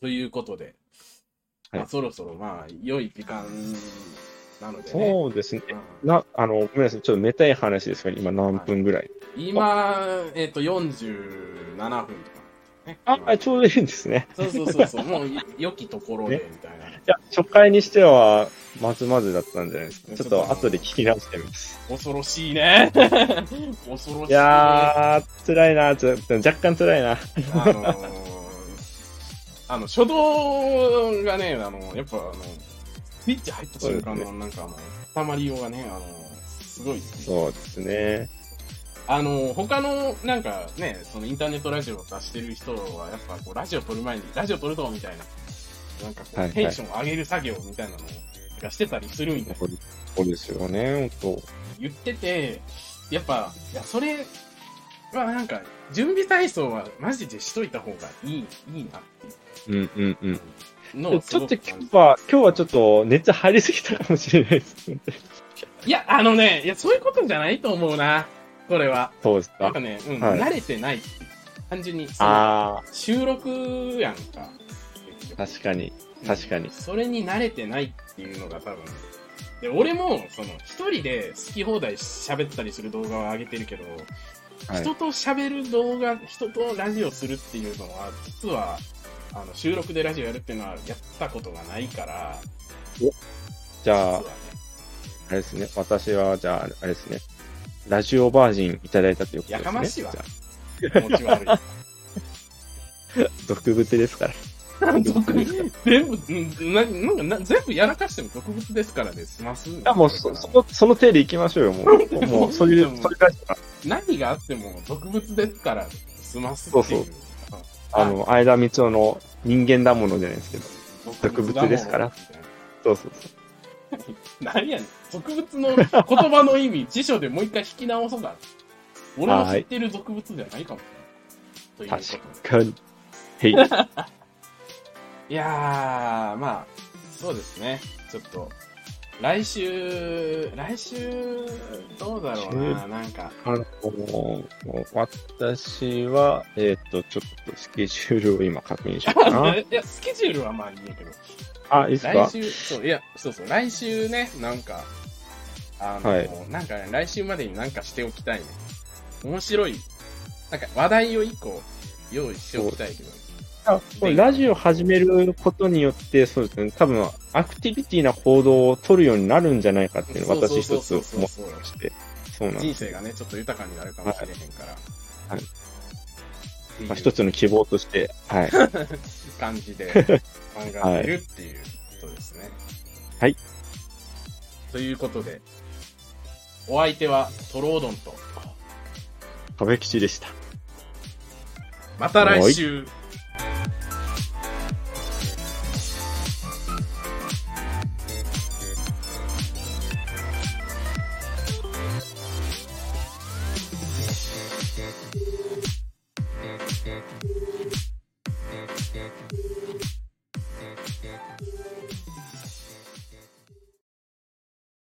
A: ということで、まあ
B: はい
A: そろそろ、まあ、良い時間なのでね。
B: そうですね。
A: うん
B: な、あの、ごめんなさい。ちょっとめたい話ですけど、今何分ぐらい。
A: 今、えっと、47分とか、ね。
B: あ、ちょうどいいんですね。
A: そうそうそうそう、 *laughs* もう良きところでみたいな。
B: いや、初回にしては、まずまずだったんじゃないですか。ちょっ
A: ちょっ
B: と
A: と
B: 後で聞き直してみます。
A: 恐ろしい *laughs* ね。恐ろしい、ね。
B: いやー、辛いな。ちょっと若干辛いな。
A: あのーあの、初動がね、あの、やっぱ、あの、スイッチ入った瞬間の、なんかあの、たまりようがね、あの、すごいですね、
B: そうですね。
A: あの、他の、なんかね、そのインターネットラジオを出してる人は、やっぱこう、ラジオ撮る前に、ラジオ撮るぞみたいな、なんかこう、
B: はいはい
A: テンション上げる作業みたいなのがしてたりするみたいな。
B: そうですよね、本
A: 言ってて、やっぱ、いや、それはなんか、準備体操はマジでしといた方がいい、いいなっ
B: 当。うんうんう
A: てい
B: ん。
A: うのを
B: ち
A: す
B: ょっ
A: ご
B: と
A: く
B: 今
A: 感じ
B: 日は、今日はちょっと熱入りすぎたかもしれないです。
A: いや、あのね、いや、そういうことじゃないと思うな、これは。
B: そうです
A: なんか。
B: か
A: ね、うん、
B: はい
A: 慣れてないっていう。単純に、その
B: あ
A: 収録やんか。
B: ー、確かに。確かに。
A: それに慣れてないっていうのが多分。で、俺も、その、一人で好き放題喋ったりする動画を上げてるけど、
B: はい
A: 人と喋る動画、人とラジオするっていうのは、実は、あの、収録でラジオやるっていうのはやったことがないから、
B: じ
A: 実
B: ゃあ
A: はね、
B: あれですね。私は、じゃあ、あれですね。ラジオバージンいただいたということですね。
A: やかましいわ
B: じゃあ
A: 気持ち悪い。
B: *laughs* 毒物ですから。
A: 毒全部、うんななんかな、全部やらかしても毒物ですからね、済ます。い
B: あ、もうそ、その、その手でいきましょうよ、も
A: *laughs*
B: う。もう、そういう、そういう感じだ
A: 何があっても毒物ですから、済ますっていう。
B: そうそあの、相田光夫の人間だものじゃないですけど。毒物ですから
A: みたいな。
B: そうそうそう。
A: 何やねん。俗物の言葉の意味、辞書でもう一回聞き直そうか。俺の知ってる俗物じゃないかも。ということで
B: 確かに。へい。
A: *laughs*
B: はい
A: やー、まあ、そうですね。ちょっと、来週、来週、どうだろうな、なんか。
B: の、私は、えっ、と、ちょっとスケジュールを今確認しよう
A: *laughs*
B: かな。
A: いや、スケジュールはまあいいんやけど、
B: あ、いいです
A: 来
B: か
A: 週、そう、いや、そうそう、来週ね、なんか、あの、
B: はい
A: なんかね、来週までになんかしておきたいね。面白い。なんか話題を一個用意しておきたいけど。
B: あこれラジオ始めることによって、そうですね、多分、アクティビティな行動を取るようになるんじゃないかっていうのを私
A: そ
B: 一
A: う
B: つ
A: そう
B: 思っ
A: そうそう
B: てまして。そうなんで
A: 人
B: す。
A: 生がね、ちょっと豊かになるかもしれへんから。
B: はい
A: っていう
B: まあ、一つの希望として、はい。
A: *laughs* 感じ
B: *laughs*
A: で考えてるっていうことですね。
B: はい。
A: ということで、お相手はトロードンと、
B: 壁吉でした。
A: また来週。